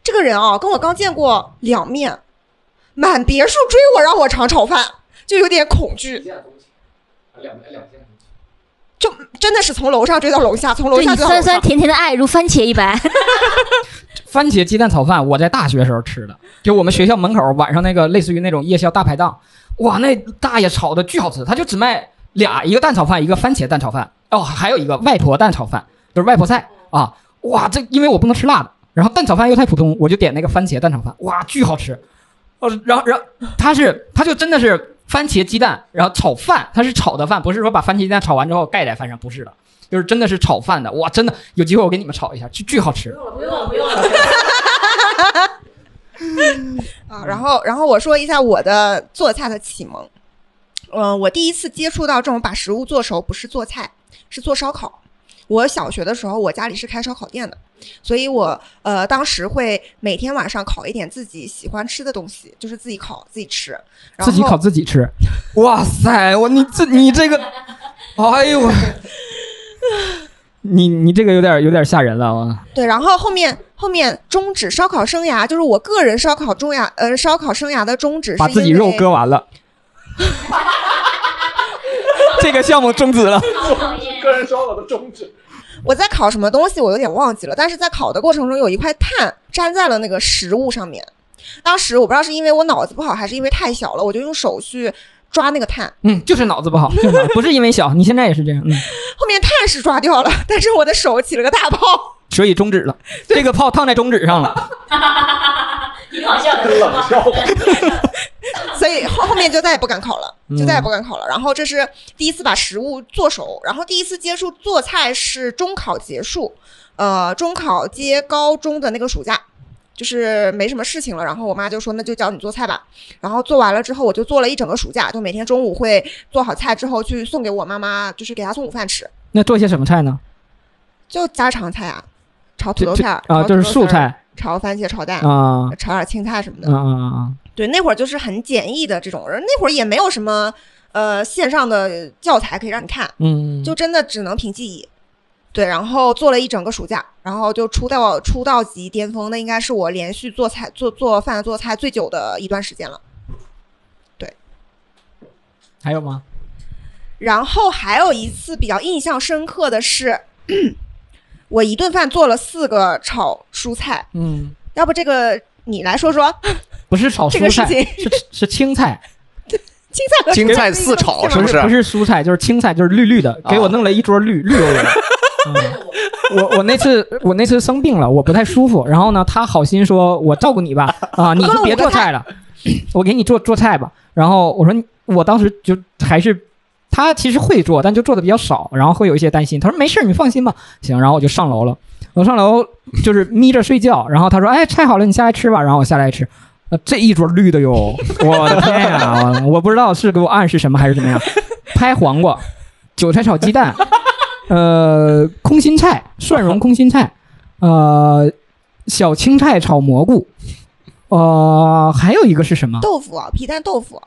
这个人啊，跟我刚见过两面，满别墅追我让我尝炒饭，就有点恐惧，就真的是从楼上追到楼下，从楼
对
下
你
追到楼
酸酸
上。
甜甜的爱如番茄一般。
番茄鸡蛋炒饭，我在大学时候吃的，就我们学校门口晚上那个类似于那种夜宵大排档，哇，那大爷炒的巨好吃，他就只卖俩，一个蛋炒饭，一个番茄蛋炒饭，哦，还有一个外婆蛋炒饭，就是外婆菜啊，哇，这因为我不能吃辣的，然后蛋炒饭又太普通，我就点那个番茄蛋炒饭，哇，巨好吃，哦，然后然后他是他就真的是番茄鸡蛋，然后炒饭，他是炒的饭，不是说把番茄鸡蛋炒完之后盖在饭上，不是的。就是真的是炒饭的，哇，真的有机会我给你们炒一下，巨巨好吃。
啊，然后然后我说一下我的做菜的启蒙。呃嗯、我第一次接触到这种把食物做熟，不是做菜，是做烧烤。我小学的时候，我家里是开烧烤店的，所以我呃当时会每天晚上烤一点自己喜欢吃的东西，就是自己烤自己吃。然后
自己烤自己吃。哇塞，我你这你
<laughs>
这个，哎呦我，你你这个有点有点吓人了啊！
对，然后后面后面终止烧烤生涯，就是我个人烧烤中涯呃烧烤生涯的终止，
把自己肉割。完了，这个项目终止了。
个人烧烤的宗旨。
我在烤什么东西，我有点忘记了，但是在烤的过程中有一块炭粘在了那个食物上面。当时我不知道是因为我脑子不好，还是因为太小了，我就用手去抓那个炭。
嗯，就是脑子不好，就是脑子不是因为小，你现在也是这样，嗯，
后面炭是抓掉了，但是我的手起了个大泡。
所以终止了，这个炮烫在中指上了。
挺好笑的，冷笑话。
所以后后面就再也不敢烤了，
嗯
就再也不敢烤了。然后这是第一次把食物做熟，然后第一次接触做菜是中考结束，呃，中考接高中的那个暑假，就是没什么事情了，然后我妈就说那就教你做菜吧。然后做完了之后，我就做了一整个暑假，就每天中午会做好菜之后去送给我妈妈，就是给她送午饭吃，
那做些什么菜呢？
就家常菜啊，炒土
这
豆
这
片儿
啊，就是素，菜
炒土豆丝儿炒番茄、炒蛋，
啊
炒点青菜什么的
啊。啊
对，那会儿就是很简易的这种，那会儿也没有什么呃线上的教材可以让你看，
嗯，
就真的只能凭记忆。对，然后做了一整个暑假，然后就出道出道即巅峰，那应该是我连续做菜做做饭做菜最久的一段时间了。
还有吗？
然后还有一次比较印象深刻的是， <clears throat> 我一顿饭做了四个炒蔬菜，
嗯，
要不这个你来说说
不是炒
这个
蔬
事
菜，
情，
是是青菜，
青菜和
<laughs> 青
蔬 <laughs>
菜
是一
四
个
炒
东西
是
吗
不是
不是蔬菜，就是青菜，就是绿绿的，给我弄了一桌 <laughs> 绿绿油油的。嗯我我那次我那次生病了，我不太舒 <laughs> 服，然后呢，他好心说我照顾你吧， <laughs> 啊，你就别做菜了， <clears throat> 我给你做做菜吧。然后我说你我当时就还是。他其实会做，但就做的比较少，然后会有一些担心。他说没事儿，你放心吧。行，然后我就上楼了。我上楼就是眯着睡觉，然后他说：“哎，菜好了，你下来吃吧。”然后我下来吃，呃这一桌绿的哟，我的天呀、我我不知道是给我暗示什么还是怎么样。拍黄瓜，韭菜炒鸡蛋，呃，空心菜，蒜蓉空心菜，呃，小青菜炒蘑菇，呃，还有一个是什么？
豆腐啊，皮蛋豆腐。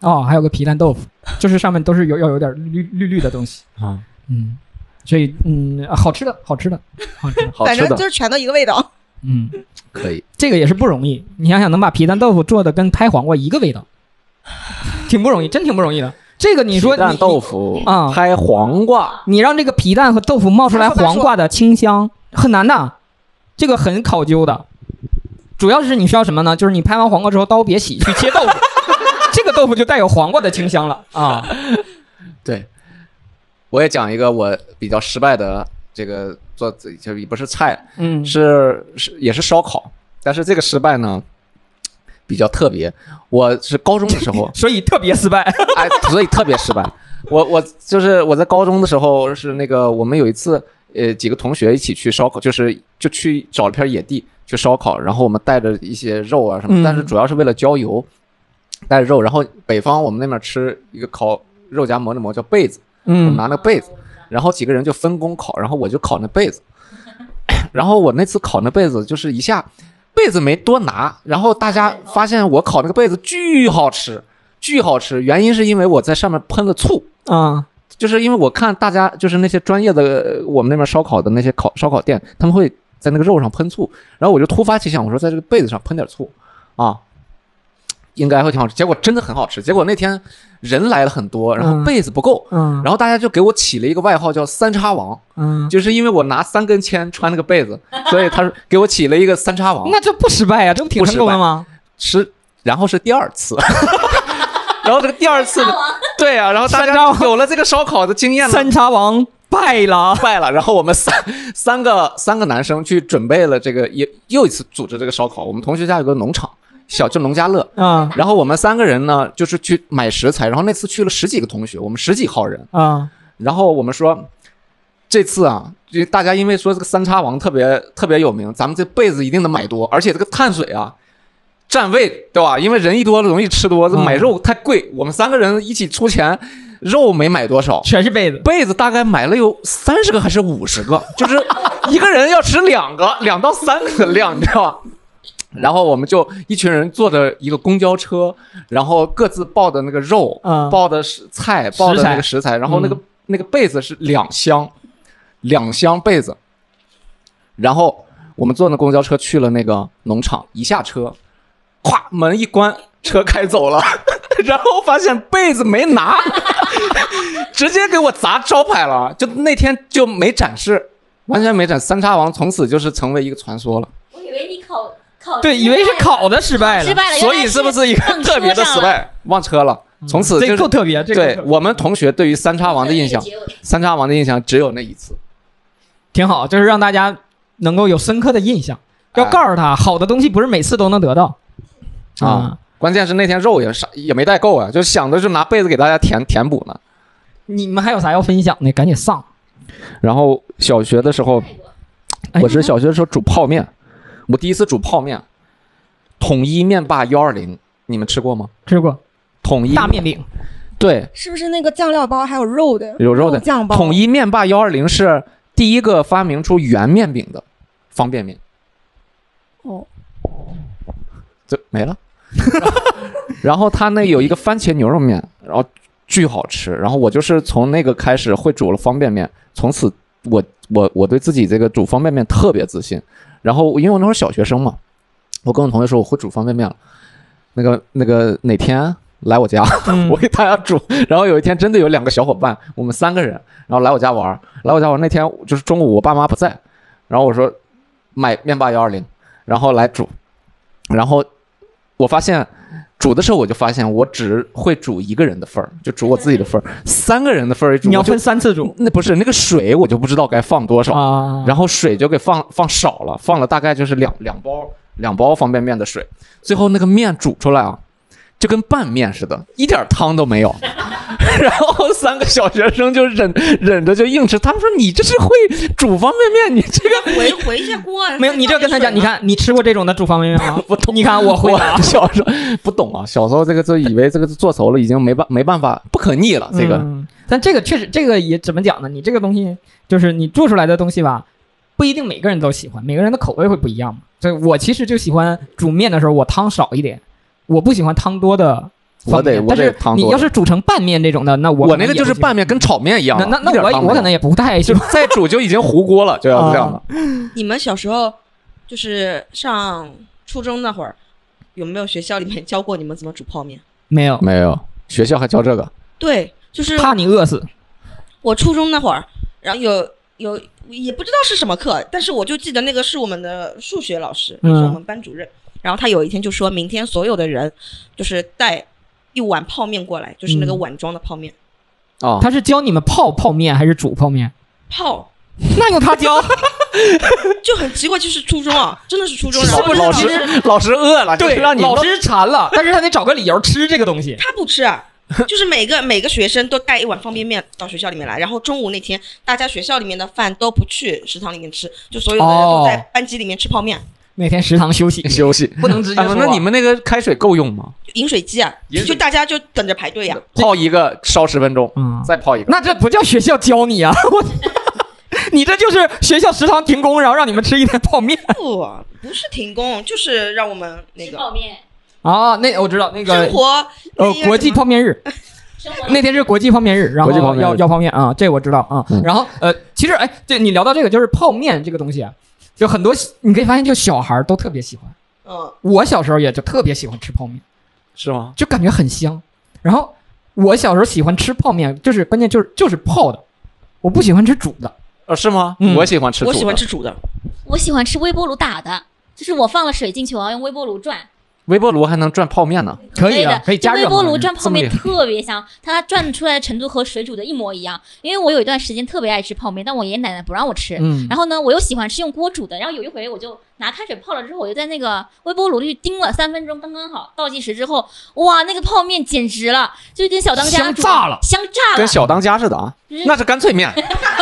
哦，还有个皮蛋豆腐，就是上面都是有要有点绿绿绿的东西
啊，
嗯，所以嗯，好吃的，好吃的，好吃的，
好
反
吃
正
的
就是全都一个味道。
嗯，
可以，
这个也是不容易。你想想，能把皮蛋豆腐做的跟拍黄瓜一个味道，挺不容易，真挺不容易的。这个你说
皮蛋
你
豆腐
啊
拍黄瓜，
你让这个皮蛋和豆腐冒出来黄瓜的清香，很难的，这个很考究的。主要是你需要什么呢？就是你拍完黄瓜之后，刀别洗，去切豆腐，这个豆腐就带有黄瓜的清香了啊。
对，我也讲一个我比较失败的这个做，就是也不是菜，
嗯，，
是是也是烧烤，但是这个失败呢比较特别。我是高中的时候
<laughs> 所以特别失败。
哎，所以特别失败。我我就是我在高中的时候是那个我们有一次呃几个同学一起去烧烤，就是就去找了片野地去烧烤，然后我们带着一些肉啊什么，
嗯
但是主要是为了浇油，带着肉。然后北方我们那边吃一个烤肉夹馍的馍叫被子，我
<laughs>
们
嗯
拿那个被子，然后几个人就分工烤，然后我就烤那被子， <clears throat> 然后我那次烤那被子就是一下被子没多拿，然后大家发现我烤那个被子巨好吃，巨好吃，原因是因为我在上面喷了醋。
啊，
就是因为我看大家就是那些专业的呃我们那边烧烤的那些烤烧烤店，他们会在那个肉上喷醋，然后我就突发奇想，我说在这个被子上喷点醋啊，应该会挺好吃。结果真的很好吃。结果那天人来了很多，然后
嗯
被子不够，
嗯，
然后大家就给我起了一个外号叫“三叉王
嗯”，，
就是因为我拿三根签穿那个被子，所以他说给我起了一个“三叉王
那这不失败啊呀、这不挺成功的吗？”。
是，然后是第二次， <laughs> 然后这个第二次呢，对啊，然后大
三叉
家
王
有了这个烧烤的经验了。
三叉王败了。
败了，然后我们三三个三个男生去准备了这个也又一次组织这个烧烤。我们同学家有个农场，小就农家乐，
啊
然后我们三个人呢就是去买食材，然后那次去了十几个同学，我们十几号人，
啊，
然后我们说，这次啊，就大家因为说这个三叉王特别特别有名，咱们这被子一定能买多，而且这个碳水啊，占位对吧？因为人一多了容易吃多，这
嗯
买肉太贵，我们三个人一起出钱。肉没买
<laughs>
多少，
全是被子。
被子大概买了有三十个还是五十个，就是一个人要吃两个，两到三个量，你知道吧？ <laughs> 然后我们就一群人坐着一个公交车，然后各自抱的那个肉，
嗯
抱的是菜，抱的那个食材，然后那个、
嗯
那个被子是两箱，两箱被子。然后我们坐那公交车去了那个农场，一下车，咵门一关，车开走了， <laughs> 然后发现被子没拿， <laughs> 直接给我砸招牌了，就那天就没展示，完全没展。三叉王从此就是成为一个传说了。
我以为你考考
对，以为是烤的失败了，
失败了，
所以是不是一个特别的失？败？忘车了，从此
嗯
就
这
是
够特别，这
对
个
我们同学对于三叉王的印象，三叉王的印象只有那一次。
挺好，就是让大家能够有深刻的印象，要
哎
告诉他，好的东西不是每次都能得到
啊。关键是那天肉也啥也没带够啊，就想的是拿被子给大家填填补呢。
你们还有啥要分享的？赶紧上！
然后小学的时候，
哎
我是小学的时候煮泡面，我第一次煮泡面，统一面霸幺二零，你们吃过吗？
吃过
统一
大面饼，
对
是不是那个酱料包还有肉的？
有肉的
酱包。
统一面霸幺二零是第一个发明出圆面饼的方便面。
哦，
就没了。 <laughs> 然后他那有一个番茄牛肉面，然后巨好吃。然后我就是从那个开始会煮了方便面，从此我我我对自己这个煮方便面特别自信。然后因为我那会儿小学生嘛，我跟我同学说我会煮方便面了。那个那个哪天啊来我家，
嗯
<laughs> 我给大家煮。然后有一天真的有两个小伙伴，我们三个人，然后来我家玩儿，来我家玩儿。那天就是中午我爸妈不在，然后我说买面霸幺二零，然后来煮。然后我发现煮的时候，我就发现我只会煮一个人的份儿，就煮我自己的份儿。三个人的份儿一煮，
你要
我就
分三次煮
那不是那个水，我就不知道该放多少。
啊。
然后水就给放放少了，放了大概就是两两包两包方便面的水，最后那个面煮出来啊，就跟拌面似的，一点汤都没有。 <laughs> 然后三个小学生就忍忍着就硬吃，他们说你这是会煮方便面，你这个
回 <laughs> 回一下锅啊
没有，你就跟 <laughs> 他讲，你看你吃过这种的煮方便面 <laughs> 吗？
不懂。
你看我会
我
了啊
小时候不懂啊，小时候这个就以为这个做熟了已经没办没办法不可逆了，这个、
嗯但这个确实，这个也怎么讲呢？你这个东西就是你做出来的东西吧，不一定每个人都喜欢，每个人的口味会不一样嘛。所以我其实就喜欢煮面的时候我汤少一点，我不喜欢汤多的
我
方
得
便面。
我得
但
汤
是你
多
要。是煮成拌面这种的，那我
我
我
那个就是拌。面跟炒面一样
那
啊，
那那
一点
我
汤
我
没
可
有
能也不太喜
就
欢。
再煮就已经糊锅了，就要是这样的。
你们小时候就是上初中那会儿，有没有学校里面教过你们怎么煮泡面？
没有，
没有，学校还教这个，
对，就是
怕你饿死。
我初中那会儿，然后有有也不知道是什么课，但是我就记得那个是我们的数学老师，
嗯
是我们班主任。然后他有一天就说明天所有的人就是带一碗泡面过来，就是那个
嗯
碗装的泡面、
啊，
他是教你们泡泡面还是煮泡面？
泡，
那用他教？
就很奇怪，就是初中啊，真的是初中，然
老
后
不是
老
他
师老师饿了，就
对，
是让你，
老师馋了，但是他得找个理由吃这个东西。
他不吃
<laughs>
啊，就是每个每个学生都带一碗方便面到学校里面来，然后中午那天大家学校里面的饭都不去食堂里面吃，就所有的人
哦
都在班级里面吃泡面，
每天食堂休息
休息。
不能直接
哎
说啊。
那你们那个开水够用吗？
饮水机啊，
饮水
就大家就等着排队呀、啊
泡一个烧十分钟，
嗯，
再泡一个。
那这不叫学校教你啊！ <laughs> 我，你这就是学校食堂停工，然后让你们吃一天泡面
不，不是停工，就是让我们那个
泡面，
啊！那我知道那
生
个
活
呃国际泡面日，
生
<laughs>
活
那天是国际泡面日，然后
国际泡面日
要要泡面啊，这我知道啊。
嗯
然后呃，其实哎，这你聊到这个就是泡面这个东西啊，就很多你可以发现，就小孩儿都特别喜欢。
嗯，
我小时候也就特别喜欢吃泡面，
是吗？
就感觉很香。然后我小时候喜欢吃泡面，就是关键就是就是泡的，我不喜欢吃煮的。
呃，是吗？
嗯
我喜欢吃煮
我
的
喜欢吃煮的，
我喜欢吃微波炉打的，就是我放了水进去，我要用微波炉转，
微波炉还能转泡面呢。
可以啊
的，
可以加热
微波
嘛
炉转泡面
这么
特别香，它转出来的程度和水煮的一模一样。因为我有一段时间特别爱吃泡面，但我爷爷奶奶不让我吃。
嗯
然后呢，我又喜欢吃用锅煮的。然后有一回，我就拿开水泡了之后，我就在那个微波炉里叮了三分钟，刚刚好。倒计时之后，哇，那个泡面简直了，就跟小当家
香
煮
炸了
香炸
跟
了，
小当家似的啊
嗯，
那是干
<laughs>
脆面。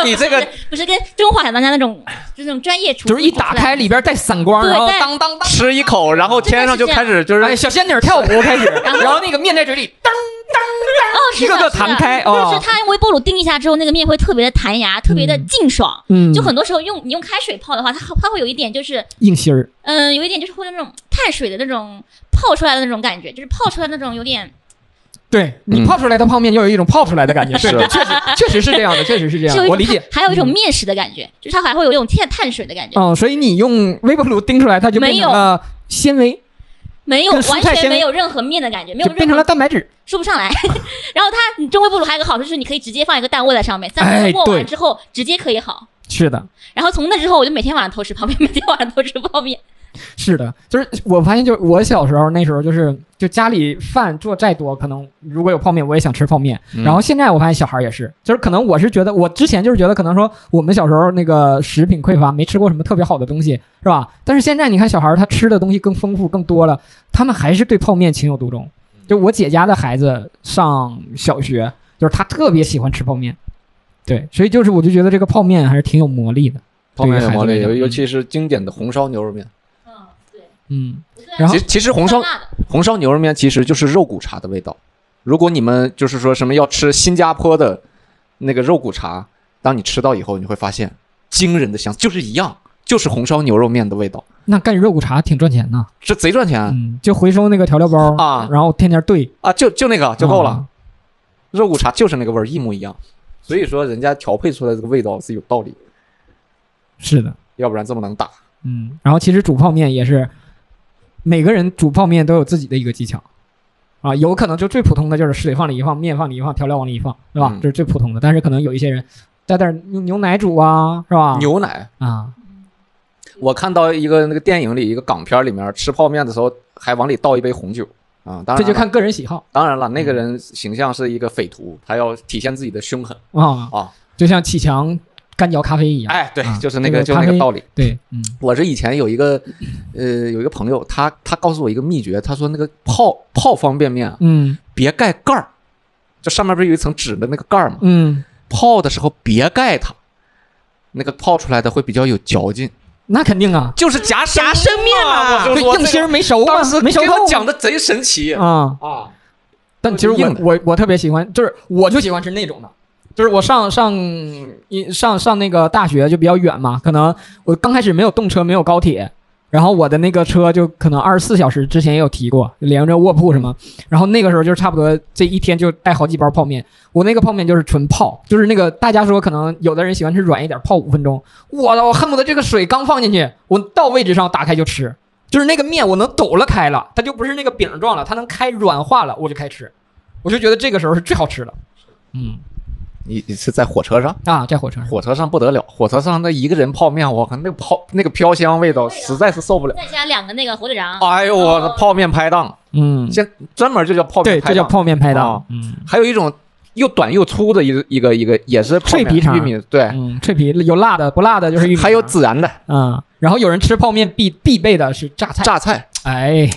你这个
不是跟中华小当家那种，就那种专业厨师
就是一
煮出
打
来
开里边带散光，
对
然后
带
当当当，
吃一口，然后天上就开始就
哎，
是
小仙女跳舞开始，然后那个面在嘴里，噔
哦，是
一
的，
个个
是的
弹开
或者
哦
是它用微波炉叮一下之后，那个面会特别的弹牙，特别的劲爽。
嗯，
就很多时候用你用开水泡的话，它它会有一点就是，
硬芯儿，
嗯、有一点就是会有那种碳水的那种泡出来的那种感觉，就是泡出来的那种有点
对你
嗯
泡出来的泡面又有一种泡出来的感觉，
是
对，确实确实是这样的，确实是这
是
样，
有一
啊我
种
理解。嗯
还有一种面食的感觉，就是它还会有一种碳碳水的感觉，
哦，所以你用微波炉叮出来，它就变
没
成
有
了纤维，
没有
跟蔬
完
菜纤
全
维
没有任何面的感觉，没有
就
任
变成了
何
蛋白质。
说不上来。 <laughs> 然后它你中微波炉还有一个好处是，你可以直接放一个蛋卧在上面，三分
哎
钟过
对
完之后直接可以好。
是的，
然后从那之后，我就每天晚上偷吃泡面，每天晚上偷吃泡面。
是的，就是我发现，就是我小时候那时候，就是就家里饭做再多，可能如果有泡面，我也想吃泡面。
嗯
然后现在我发现小孩也是，就是可能我是觉得，我之前就是觉得可能说我们小时候那个食品匮乏，没吃过什么特别好的东西，是吧？但是现在你看小孩他吃的东西更丰富更多了，他们还是对泡面情有独钟。就我姐家的孩子上小学，就是他特别喜欢吃泡面，对，所以就是我就觉得这个泡面还是挺有魔力的，
泡面有魔
对于孩子
力，尤
来讲
尤其是经典的红烧牛肉面。
嗯，对。
嗯， <laughs> 然
然
后
后
其其实红烧
辣的，
红烧牛肉面其实就是肉骨茶的味道。如果你们就是说什么要吃新加坡的那个肉骨茶，当你吃到以后，你会发现惊人的香，就是一样，就是红烧牛肉面的味道，
那干肉骨茶挺赚钱呢。
这贼赚钱啊！
嗯，就回收那个调料包
啊
然后天天兑
啊，就就那个就够了，
啊
肉骨茶就是那个味儿，一模一样。所以说，人家调配出来这个味道是有道理，
是的，
要不然这么能打。
嗯，然后其实煮泡面也是，每个人煮泡面都有自己的一个技巧，啊，有可能就最普通的就是水放里一放，面放里一放，调料往里一放，对吧？
嗯
这是最普通的，但是可能有一些人加点牛牛奶煮啊，是吧？
牛奶，
啊，
我看到一个那个电影里一个港片里面吃泡面的时候，还往里倒一杯红酒啊，当然
这就
了
看个人喜好
当然了，那个人形象是一个匪徒，他要体现自己的凶狠。
啊
啊，
就像启强干嚼咖啡一样，
哎，对
啊，
就是那
这
个，
个
就是
咖
那
啡
个道理。
对，嗯，
我是以前有一个，呃，有一个朋友，他他告诉我一个秘诀，他说那个泡泡方便面啊，
嗯
别盖盖儿，就上面不是有一层纸的那个盖儿吗？
嗯，
泡的时候别盖它，那个泡出来的会比较有嚼劲。
那肯定啊，
就是夹夹
夹生面嘛
嘛，我就
对，
说
硬
这
芯儿
个
没熟嘛
当时，
没熟
给
透
我讲的贼神奇
啊，
啊！
但其实
就是
我
硬的
我我特别喜欢，就是我就喜欢吃那种的，就是我上上一上上那个大学就比较远嘛，可能我刚开始没有动车，没有高铁，然后我的那个车就可能二十四小时之前也有提过，连着卧铺什么，然后那个时候就差不多这一天就带好几包泡面，我那个泡面就是纯泡，就是那个大家说可能有的人喜欢吃软一点，泡五分钟，我我恨不得这个水刚放进去，我到位置上打开就吃。就是那个面，我能抖了开了，它就不是那个饼状了，它能开软化了，我就开吃。我就觉得这个时候是最好吃的。嗯
你你是在火车上？
啊，在火车上，
火车上不得了，火车上那一个人泡面，我靠，那个泡那个飘香味道实在是受不了。
再加两个那个火腿肠，
哦
哎呦，我的泡面拍档，
嗯，
现专门就叫泡面
对，
拍
这叫
档，
泡面拍档
哦，
嗯
还有一种又短又粗的一个一个一个也是泡
脆皮
面
肠
玉米，对，
嗯，脆皮有辣的，不辣的就是玉米，
还有孜然的
啊。然后有人吃泡面必必备的是榨菜，
榨菜，
哎，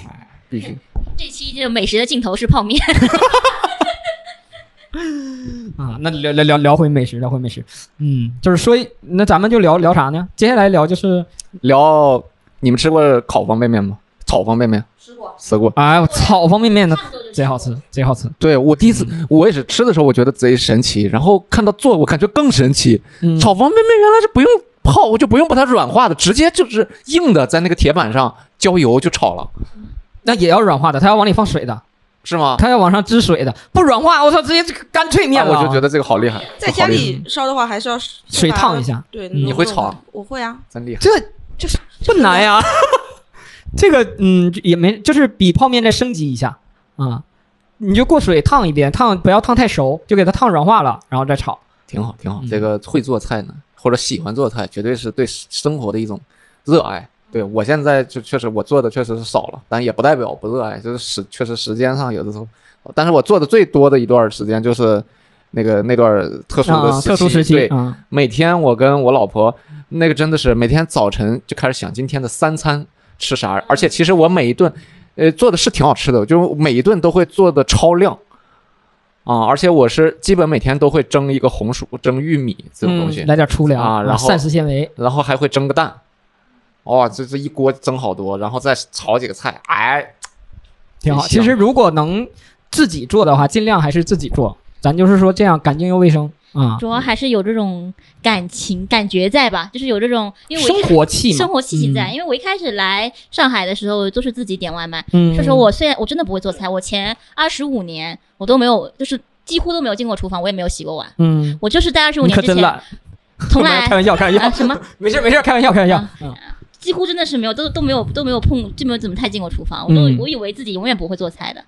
必须。
这期就美食的尽头是泡
<laughs>
面。
啊，那聊聊聊聊回美食，聊回美食，嗯，就是所以那咱们就聊聊啥呢？接下来聊就是，
聊你们吃过烤方便面吗？炒方便面
吃过，
吃过。
哎，我炒方便面呢
差，不多就
贼好吃，贼好吃，
对我第一次，
嗯
我也是吃的时候，我觉得贼神奇，然后看到做，我感觉更神奇。
嗯，
炒方便面原来是不用泡，我就不用把它软化的，直接就是硬的，在那个铁板上浇油就炒了，
那也要软化的，它要往里放水的，
是吗？
它要往上支水的，不软化，我操，直接这个干脆面
啊
了，
我就觉得这个好厉害，
在家里烧的话，还是要
水烫一，下，
对，
嗯
你会炒啊？
我会啊，
真厉害。
这就是不难呀。 <laughs> 这个嗯也没，就是比泡面再升级一下啊、你就过水烫一遍，烫不要烫太熟，就给它烫软化了，然后再炒。
挺好，挺好
嗯。
这个会做菜呢，或者喜欢做菜，绝对是对生活的一种热爱。对我现在就确实我做的确实是少了，但也不代表不热爱，就是时确实时间上有的时候，但是我做的最多的一段时间就是那个那段特殊的
啊，特殊时期
对，
啊，
每天我跟我老婆那个真的是每天早晨就开始想今天的三餐吃啥，而且其实我每一顿，呃，做的是挺好吃的，就是每一顿都会做的超量，啊，而且我是基本每天都会蒸一个红薯，蒸玉米这种东西，
嗯来点粗粮
啊然后
膳食纤维，
然后还会蒸个蛋，哇、这这一锅蒸好多，然后再炒几个菜，哎，
挺好。
真香
其实如果能自己做的话，尽量还是自己做，咱就是说这样干净又卫生啊，
主要还是有这种感情感觉在吧，就是有这种因为我一
生活气嘛，
生活气息在。
嗯
因为我一开始来上海的时候都是自己点外卖，
嗯，
说实话，我虽然我真的不会做菜，我前二十五年我都没有，就是几乎都没有进过厨房，我也没有洗过碗，
嗯，
我就是在二十五
你
年
可
之
真
前
懒，<laughs>
从
开
来
玩笑，开玩
啊
笑，
什么啊
没事没事，开玩笑，开玩笑，嗯
几乎真的是没有，都都没有都没有碰，就没有怎么太进过厨房，我都、
嗯
我以为自己永远不会做菜的。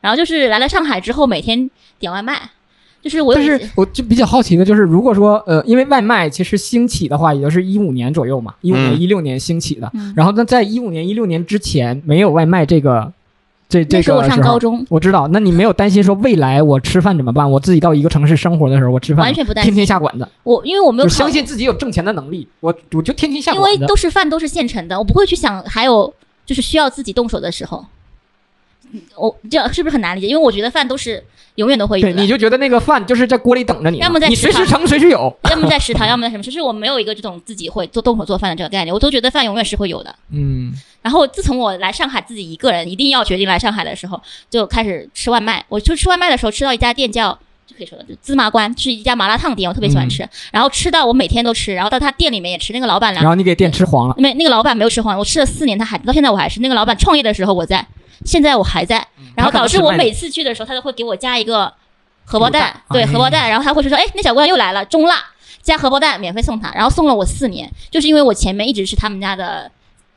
然后就是来了上海之后，每天点外卖，就是我有
但
一
是我就比较好奇的就是，如果说呃，因为外卖其实兴起的话，也就是一五年左右嘛，一五年、一六年兴起的。
嗯
然后那在一五年、一六年之前，没有外卖这个这这
那
个
时候我上
时候
高中，
我知道，那你没有担心说未来我吃饭怎么办？我自己到一个城市生活的时候，我吃
完
饭
全不担
天
心。
天下馆子，
我因为我没有
就
考
相信自己有挣钱的能力，我我就天天下
因
馆
为
子。
都是饭都是现成的，我不会去想还有就是需要自己动手的时候。嗯我这样是不是很难理解？因为我觉得饭都是永远都会有
对，你
的，
就觉得那个饭就是在锅里等着你呢，
要么在
你
食
随
堂
时盛随时有。
<laughs> 要么在食堂，要么在什么，就是我没有一个这种自己会做动手做饭的这个概念，我都觉得饭永远是会有的。
嗯，
然后自从我来上海自己一个人，一定要决定来上海的时候，就开始吃外卖。我就吃外卖的时候吃到一家店叫。就可以说了，就芝麻官是一家麻辣烫店，我特别喜欢吃。
嗯
然后吃到我每天都吃，然后到他店里面也吃。那个老板
然
娘，
后你给店吃黄了，
没那个老板没有吃黄，我吃了四年，他还到现在我还是那个老板创业的时候我在，现在我还在。然
嗯他
后
可能
导致
是
我
卖
每
的
次去的时候，他都会给我加一个荷包蛋，
荷包蛋
对
哎
荷包蛋。然后他会说，哎，那小姑娘又来了，中辣加荷包蛋免费送她。然后送了我四年，就是因为我前面一直吃他们家的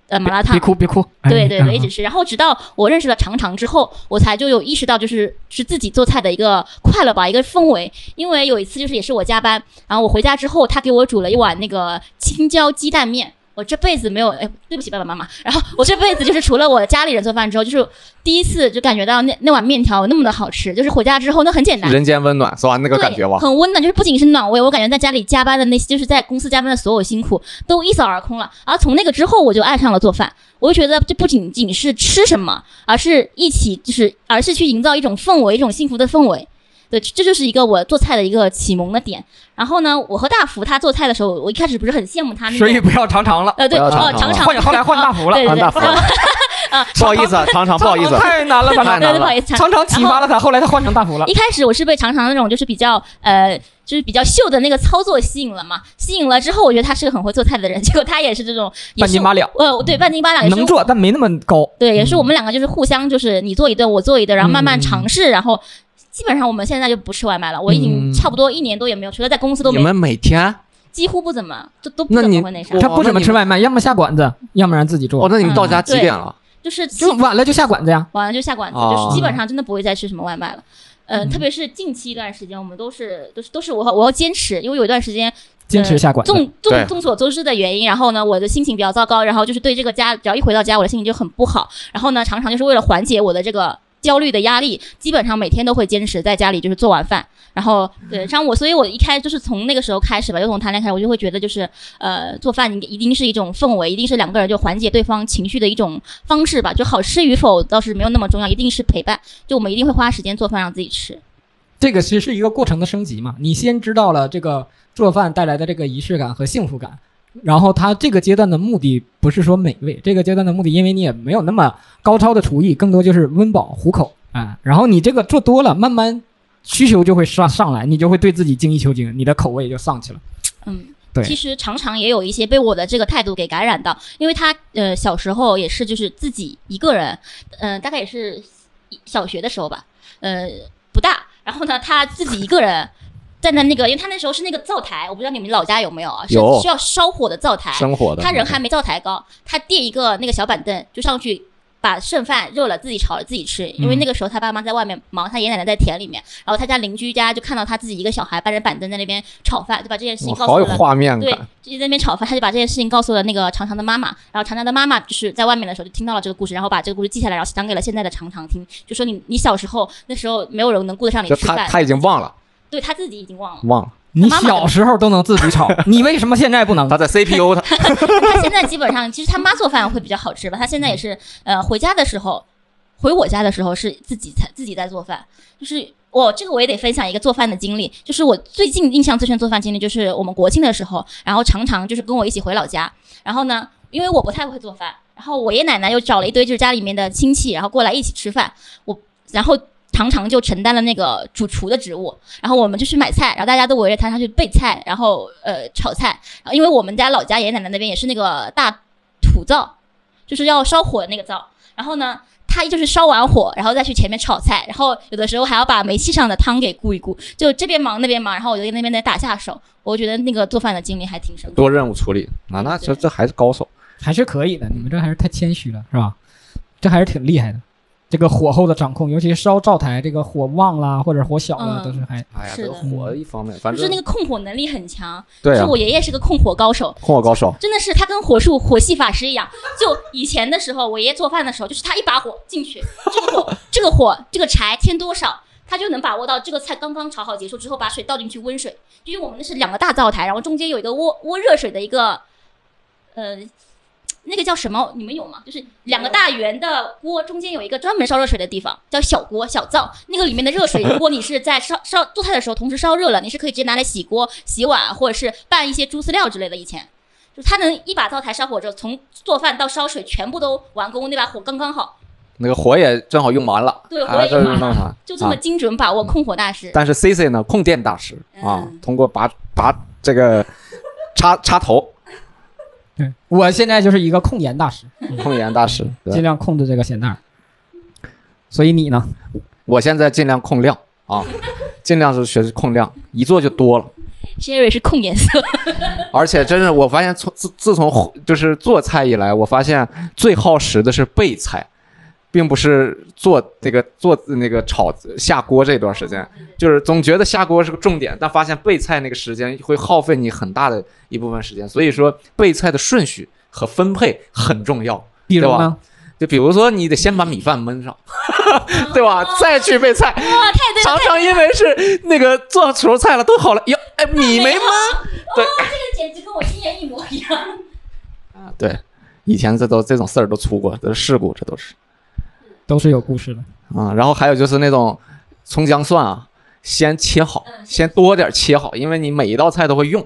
呃麻辣烫
别。哭别哭，
对
哎
对
嗯
对，一直吃。然后直到我认识了常常之后，我才就有意识到，就是是自己做菜的一个快乐吧，一个氛围。因为有一次就是也是我加班，然后我回家之后，他给我煮了一碗那个青椒鸡蛋面。我这辈子没有，哎，对不起爸爸妈妈。然后我这辈子就是除了我家里人做饭之后，就是第一次就感觉到那那碗面条那么的好吃。就是回家之后，那很简单，
人间温暖是吧？那个
对，
感觉 <laughs> 吧，
很温暖，就是不仅是暖胃，我感觉在家里加班的那些，就是在公司加班的所有辛苦都一扫而空了。而从那个之后，我就爱上了做饭。我就觉得这不仅仅是吃什么，而是一起就是，而是去营造一种氛围，一种幸福的氛围。对，这这就是一个我做菜的一个启蒙的点。然后呢，我和大福他做菜的时候，我一开始不是很羡
<laughs>
慕他那
所以
种，
不要尝尝
<laughs>
了，
呃，对，
不要尝
哦，
尝
常
啊
常
了
换后来换大福了
对，对
安
对，
大福
然后
不好意思，啊，常常不好意思，
太难了，
太
太
对
难
对，不好
了。
意思，
常常启发了他，后来他换成大福了
一。开始我是被常常那种就是比较呃就是比较秀的那个操作吸引了嘛，吸引了之后，我觉得他是个很会做菜的人，结果他也是这种也
半
是
斤八两，
呃对半斤八两也是
能做但没那么高。
对也是我们两个就是互相就是你做一顿我做一顿，然后慢慢
嗯
尝试，然后基本上我们现在就不吃外卖了，我已经
嗯
差不多一年多也没有，除了在公司都
你
没
们每天
几乎不怎么都都不
那
怎
你
么会那啥，
我
他不怎么吃外卖，要么下馆子，要不然自己
哦，
做，
那你们到家几
对
点了？
就是
就晚了就下馆子呀。
完了就下馆子，
哦
就是基本上真的不会再吃什么外卖了。嗯、特别是近期一段时间，我们都是都是都是我我要坚持，因为有一段时间
坚持下馆子
众
对
众众所周知的原因，然后呢，我的心情比较糟糕，然后就是对这个家，只要一回到家，我的心情就很不好。然后呢，常常就是为了缓解我的这个焦虑的压力，基本上每天都会坚持在家里就是做晚饭。然后对，像我，所以我一开就是从那个时候开始吧，就从谈恋爱开始，我就会觉得就是呃，做饭一定是一种氛围，一定是两个人就缓解对方情绪的一种方式吧。就好吃与否倒是没有那么重要，一定是陪伴。就我们一定会花时间做饭让自己吃。
这个其实是一个过程的升级嘛。你先知道了这个做饭带来的这个仪式感和幸福感，然后他这个阶段的目的不是说美味，这个阶段的目的，因为你也没有那么高超的厨艺，更多就是温饱糊口啊。然后你这个做多了，慢慢需求就会上上来，你就会对自己精益求精，你的口味就上去了。
嗯，
对
其实常常也有一些被我的这个态度给感染到，因为他呃小时候也是就是自己一个人，嗯、大概也是小学的时候吧，呃不大，然后呢他自己一个人 <laughs> 站在那个，因为他那时候是那个灶台，我不知道你们老家有没有啊，是
有
需要烧火的灶台，
生活的，
他人还没灶台高，他垫一个那个小板凳就上去。把剩饭热了自己炒了自己吃，因为那个时候他爸妈在外面忙，他爷爷奶奶在田里面，然后他家邻居家就看到他自己一个小孩搬着板凳在那边炒饭，就把这件事情
哇
告诉
好有
了
画面
对
感。，
就在那边吵，他就把这件事情告诉了那个常常的妈妈，然后常常的妈妈就是在外面的时候就听到了这个故事，然后把这个故事记下来，然后讲给了现在的常常听，就说你你小时候那时候没有人能顾得上你
就
吃
他
饭，
他已经忘了，
对他自己已经忘了，
忘了
你
妈妈
小时候都能自己
<laughs>
炒，你为什么现在不能
他？在 CPU 他
他现在呃基本上其实他妈做饭会比较好吃吧，他现在也是呃回家的时候，回我家的时候是自己才自己在做饭，就是。我、这个我也得分享一个做饭的经历，就是我最近印象最深做饭经历，就是我们国庆的时候，然后常常就是跟我一起回老家，然后呢，因为我不太会做饭，然后我爷爷奶奶又找了一堆就是家里面的亲戚，然后过来一起吃饭，我然后。常常就承担了那个主厨的职务。然后我们就去买菜，然后大家都围着他上去备菜，然后呃炒菜。然后因为我们家老家爷爷奶奶那边也是那个大土灶，就是要烧火的那个灶。然后呢，他就是烧完火，然后再去前面炒菜，然后有的时候还要把煤气上的汤给顾一顾，就这边忙那边忙，然后我就跟那边再打下手。我觉得那个做饭的经历还挺深刻。
多任务处理，那那这这还是高手。
还是可以的。你们这还是太谦虚了，是吧？这还是挺厉害的。这个火候的掌控，尤其是烧灶台，这个火旺啦或者火小了，
嗯
都是还
哎呀，
是
这
的
火一方面，反
就是
正
那个控火能力很强，
对
就
啊
是，我爷爷是个控火高手，
控火高手，
真的是他跟火术火系法师一样。就以前的时候，我爷爷做饭的时候，就是他一把火进去，这个火、这个火、这个柴添多少，他就能把握到这个菜刚刚炒好结束之后，把水倒进去温水。因为我们那是两个大灶台，然后中间有一个窝窝热水的一个，呃。那个叫什么？你们有吗？就是两个大圆的锅，中间有一个专门烧热水的地方，叫小锅、小灶。那个里面的热水，如果你是在烧烧做菜的时候同时烧热了，你是可以直接拿来洗锅、洗碗，或者是拌一些猪饲料之类的。以前就他能一把灶台烧火之后，从做饭到烧水全部都完工，那把火刚刚好，
那个火也正好用完了，
对
啊
火也
这
用完
就弄啥，
就这么
啊
精准把握控火大师。
但是 C C 呢，控电大师啊，
嗯
通过拔拔这个插插头，
对。我现在就是一个控盐大师，
控盐大师。
尽
对，
量控制这个咸淡儿。所以你呢？
我现在尽量控量啊，尽量是学控量，一做就多了。
Jerry 是控颜色，
而且真是，我发现从自自从后就是做菜以来，我发现最耗时的是备菜，并不是做这个做那个炒下锅这段时间。就是总觉得下锅是个重点，但发现备菜那个时间会耗费你很大的一部分时间。所以说，备菜的顺序和分配很重要。
比如
对吧
呢？
就比如说，你得先把米饭焖上，对吧？再去备菜。
<laughs> 哇，太对了，
常常因为是那个做熟菜了，都好了，哟，哎，米没焖。对，
这简直跟我经验一模一样。
对，以前这都这种事儿都出过，都是事故，这都是
都是有故事的。
啊、然后还有就是那种葱姜蒜啊，先切好，先多点儿切好，因为你每一道菜都会用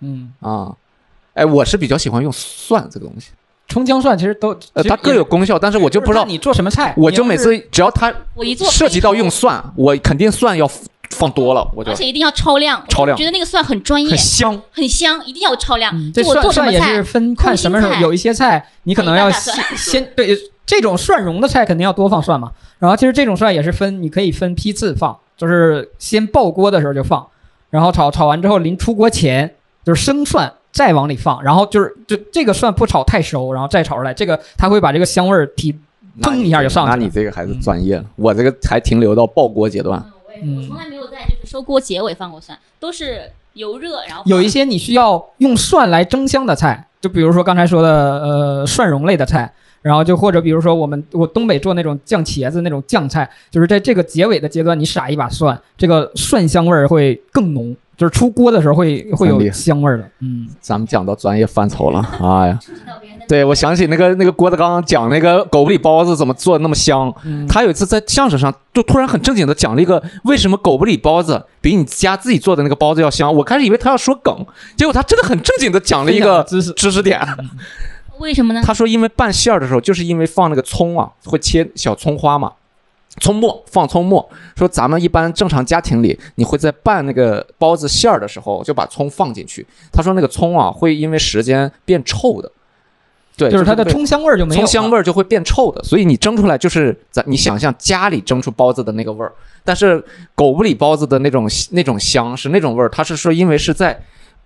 嗯，
啊。哎，我是比较喜欢用蒜这个东西，
葱姜蒜其实都
呃，它各有功效，但是我就不知道
看，你做什么菜，
我就每
你要是
次只要它
我一做
涉及到用，蒜，我肯定蒜要放多了，我就
而且一定要超量，
超量
我觉得那个蒜很专业
很，香。
很香，一定要超量。
嗯这
就我
蒜
做什么
蒜也
菜
是，分看什么时候，
空心菜
有一些菜你可能要
可以大
先先对这种蒜蓉的菜肯定要多放蒜嘛。然后其实这种蒜也是分，你可以分批次放，就是先爆锅的时候就放，然后炒炒完之后临出锅前就是生蒜再往里放，然后就是就这个蒜不炒太熟，然后再炒出来，这个它会把这个香味儿提
那
噌
你
一下就上去
那
了
你这个还是专业了，我这个还停留到爆锅阶段。
嗯，我也
嗯
我从来没有在就是收锅结尾放过蒜，都是油热，然后
有一些你需要用蒜来蒸香的菜，就比如说刚才说的呃蒜蓉类的菜，然后就或者比如说我们我东北做那种酱茄子那种酱菜，就是在这个结尾的阶段你撒一把蒜，这个蒜香味儿会更浓，就是出锅的时候会会
很
有
厉害
香味儿的。嗯，
咱们讲到专业范畴了，
<laughs>
哎呀，
放到别人的
对，我想起那个那个郭德纲讲那个狗不理包子怎么做的那么香，
嗯
他有一次在相声上就突然很正经的讲了一个为什么狗不理包子比你家自己做的那个包子要香，我开始以为他要说梗，结果他真的很正经的讲了一
啊
个
知识，
知识点，
为什么呢？
嗯
他说因为拌馅儿的时候就是因为放那个葱啊，会切小葱花嘛。葱末放葱末，说咱们一般正常家庭里，你会在拌那个包子馅儿的时候就把葱放进去。他说那个葱啊会因为时间变臭的，对，
就是它的
会
葱香味儿就没有啊
葱
了
香味儿就会变臭的，所以你蒸出来就是咱你想象家里蒸出包子的那个味儿，但是狗不理包子的那种那种香是那种味儿，它是说因为是在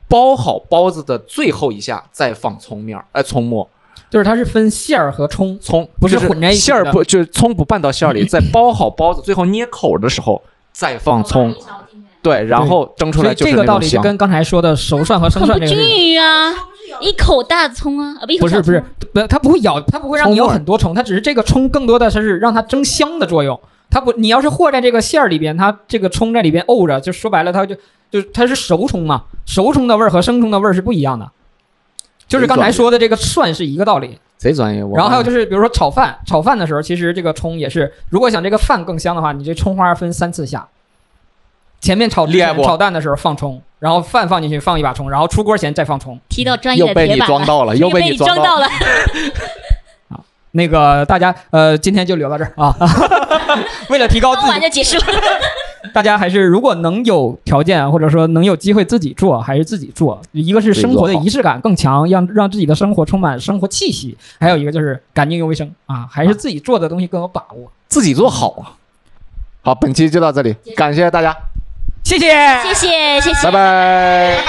包好包子的最后一下再放葱面儿，哎、葱末
就是它是分馅儿和葱。
葱
不是
就
混在一起
馅儿
的
不就是葱不拌到馅儿 <clears throat> 里，在包好包子最后捏口的时候再放葱，对，然后蒸出
所
来
以
就
这
是
个
那
道
种
理就
香。
跟刚才说的熟蒜和生
很
蒜
不
这个是
均匀啊，一口大葱啊，啊不一口
不
小
是不
葱
是，不，它不会咬，它不会让你有
葱味儿
很多虫，它只是这个葱更多的是让它蒸香的作用。它不，你要是和在这个馅儿里边，它这个葱在里边沤着，就说白了，它就就它是熟葱嘛，熟葱的味儿和生葱的味儿是不一样的。就是刚才说的这个蒜是一个道理，
贼专业，我
然后还有
就
就是，比如说炒饭，炒饭的时候，其实这个葱也是，如果想这个饭更香的话，你这葱花分三次下，前面炒之
厉害
前
不
炒蛋的时候放葱，然后饭放进去放一把葱，然后出锅前再放葱。
提到专业
又
的
被
铁
<laughs> 你
板
装
了，
到了，
又
又被
你
装
到
了。
了。
那个大家呃，今天就聊到这儿啊。 <laughs> 为了提高哦自
说完
己，
就结束了。
大家还是如果能有条件或者说能有机会自己做，还是自己做。一个是生活的仪式感更强，让让自己的生活充满生活气息；还有一个就是干净又卫生啊，还是自己做的东西更有把握。
自己做好啊。好，本期就到这里，感谢 <laughs> 大家，
谢谢。
谢谢，谢谢，
拜拜。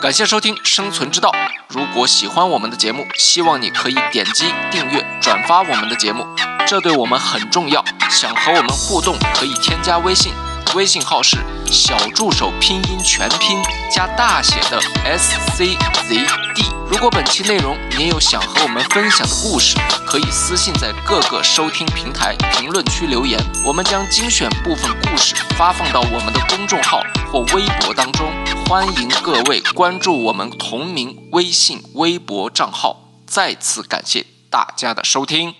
感谢收听《生存之道》。如果喜欢我们的节目，希望你可以点击订阅、转发我们的节目，这对我们很重要。想和我们互动，可以添加微信，微信号是小助手拼音全拼加大写的 S C Z D。如果本期内容您有想和我们分享的故事，可以私信在各个收听平台评论区留言，我们将精选部分故事发放到我们的公众号或微博当中。欢迎各位关注我们同名微信、微博账号。再次感谢大家的收听。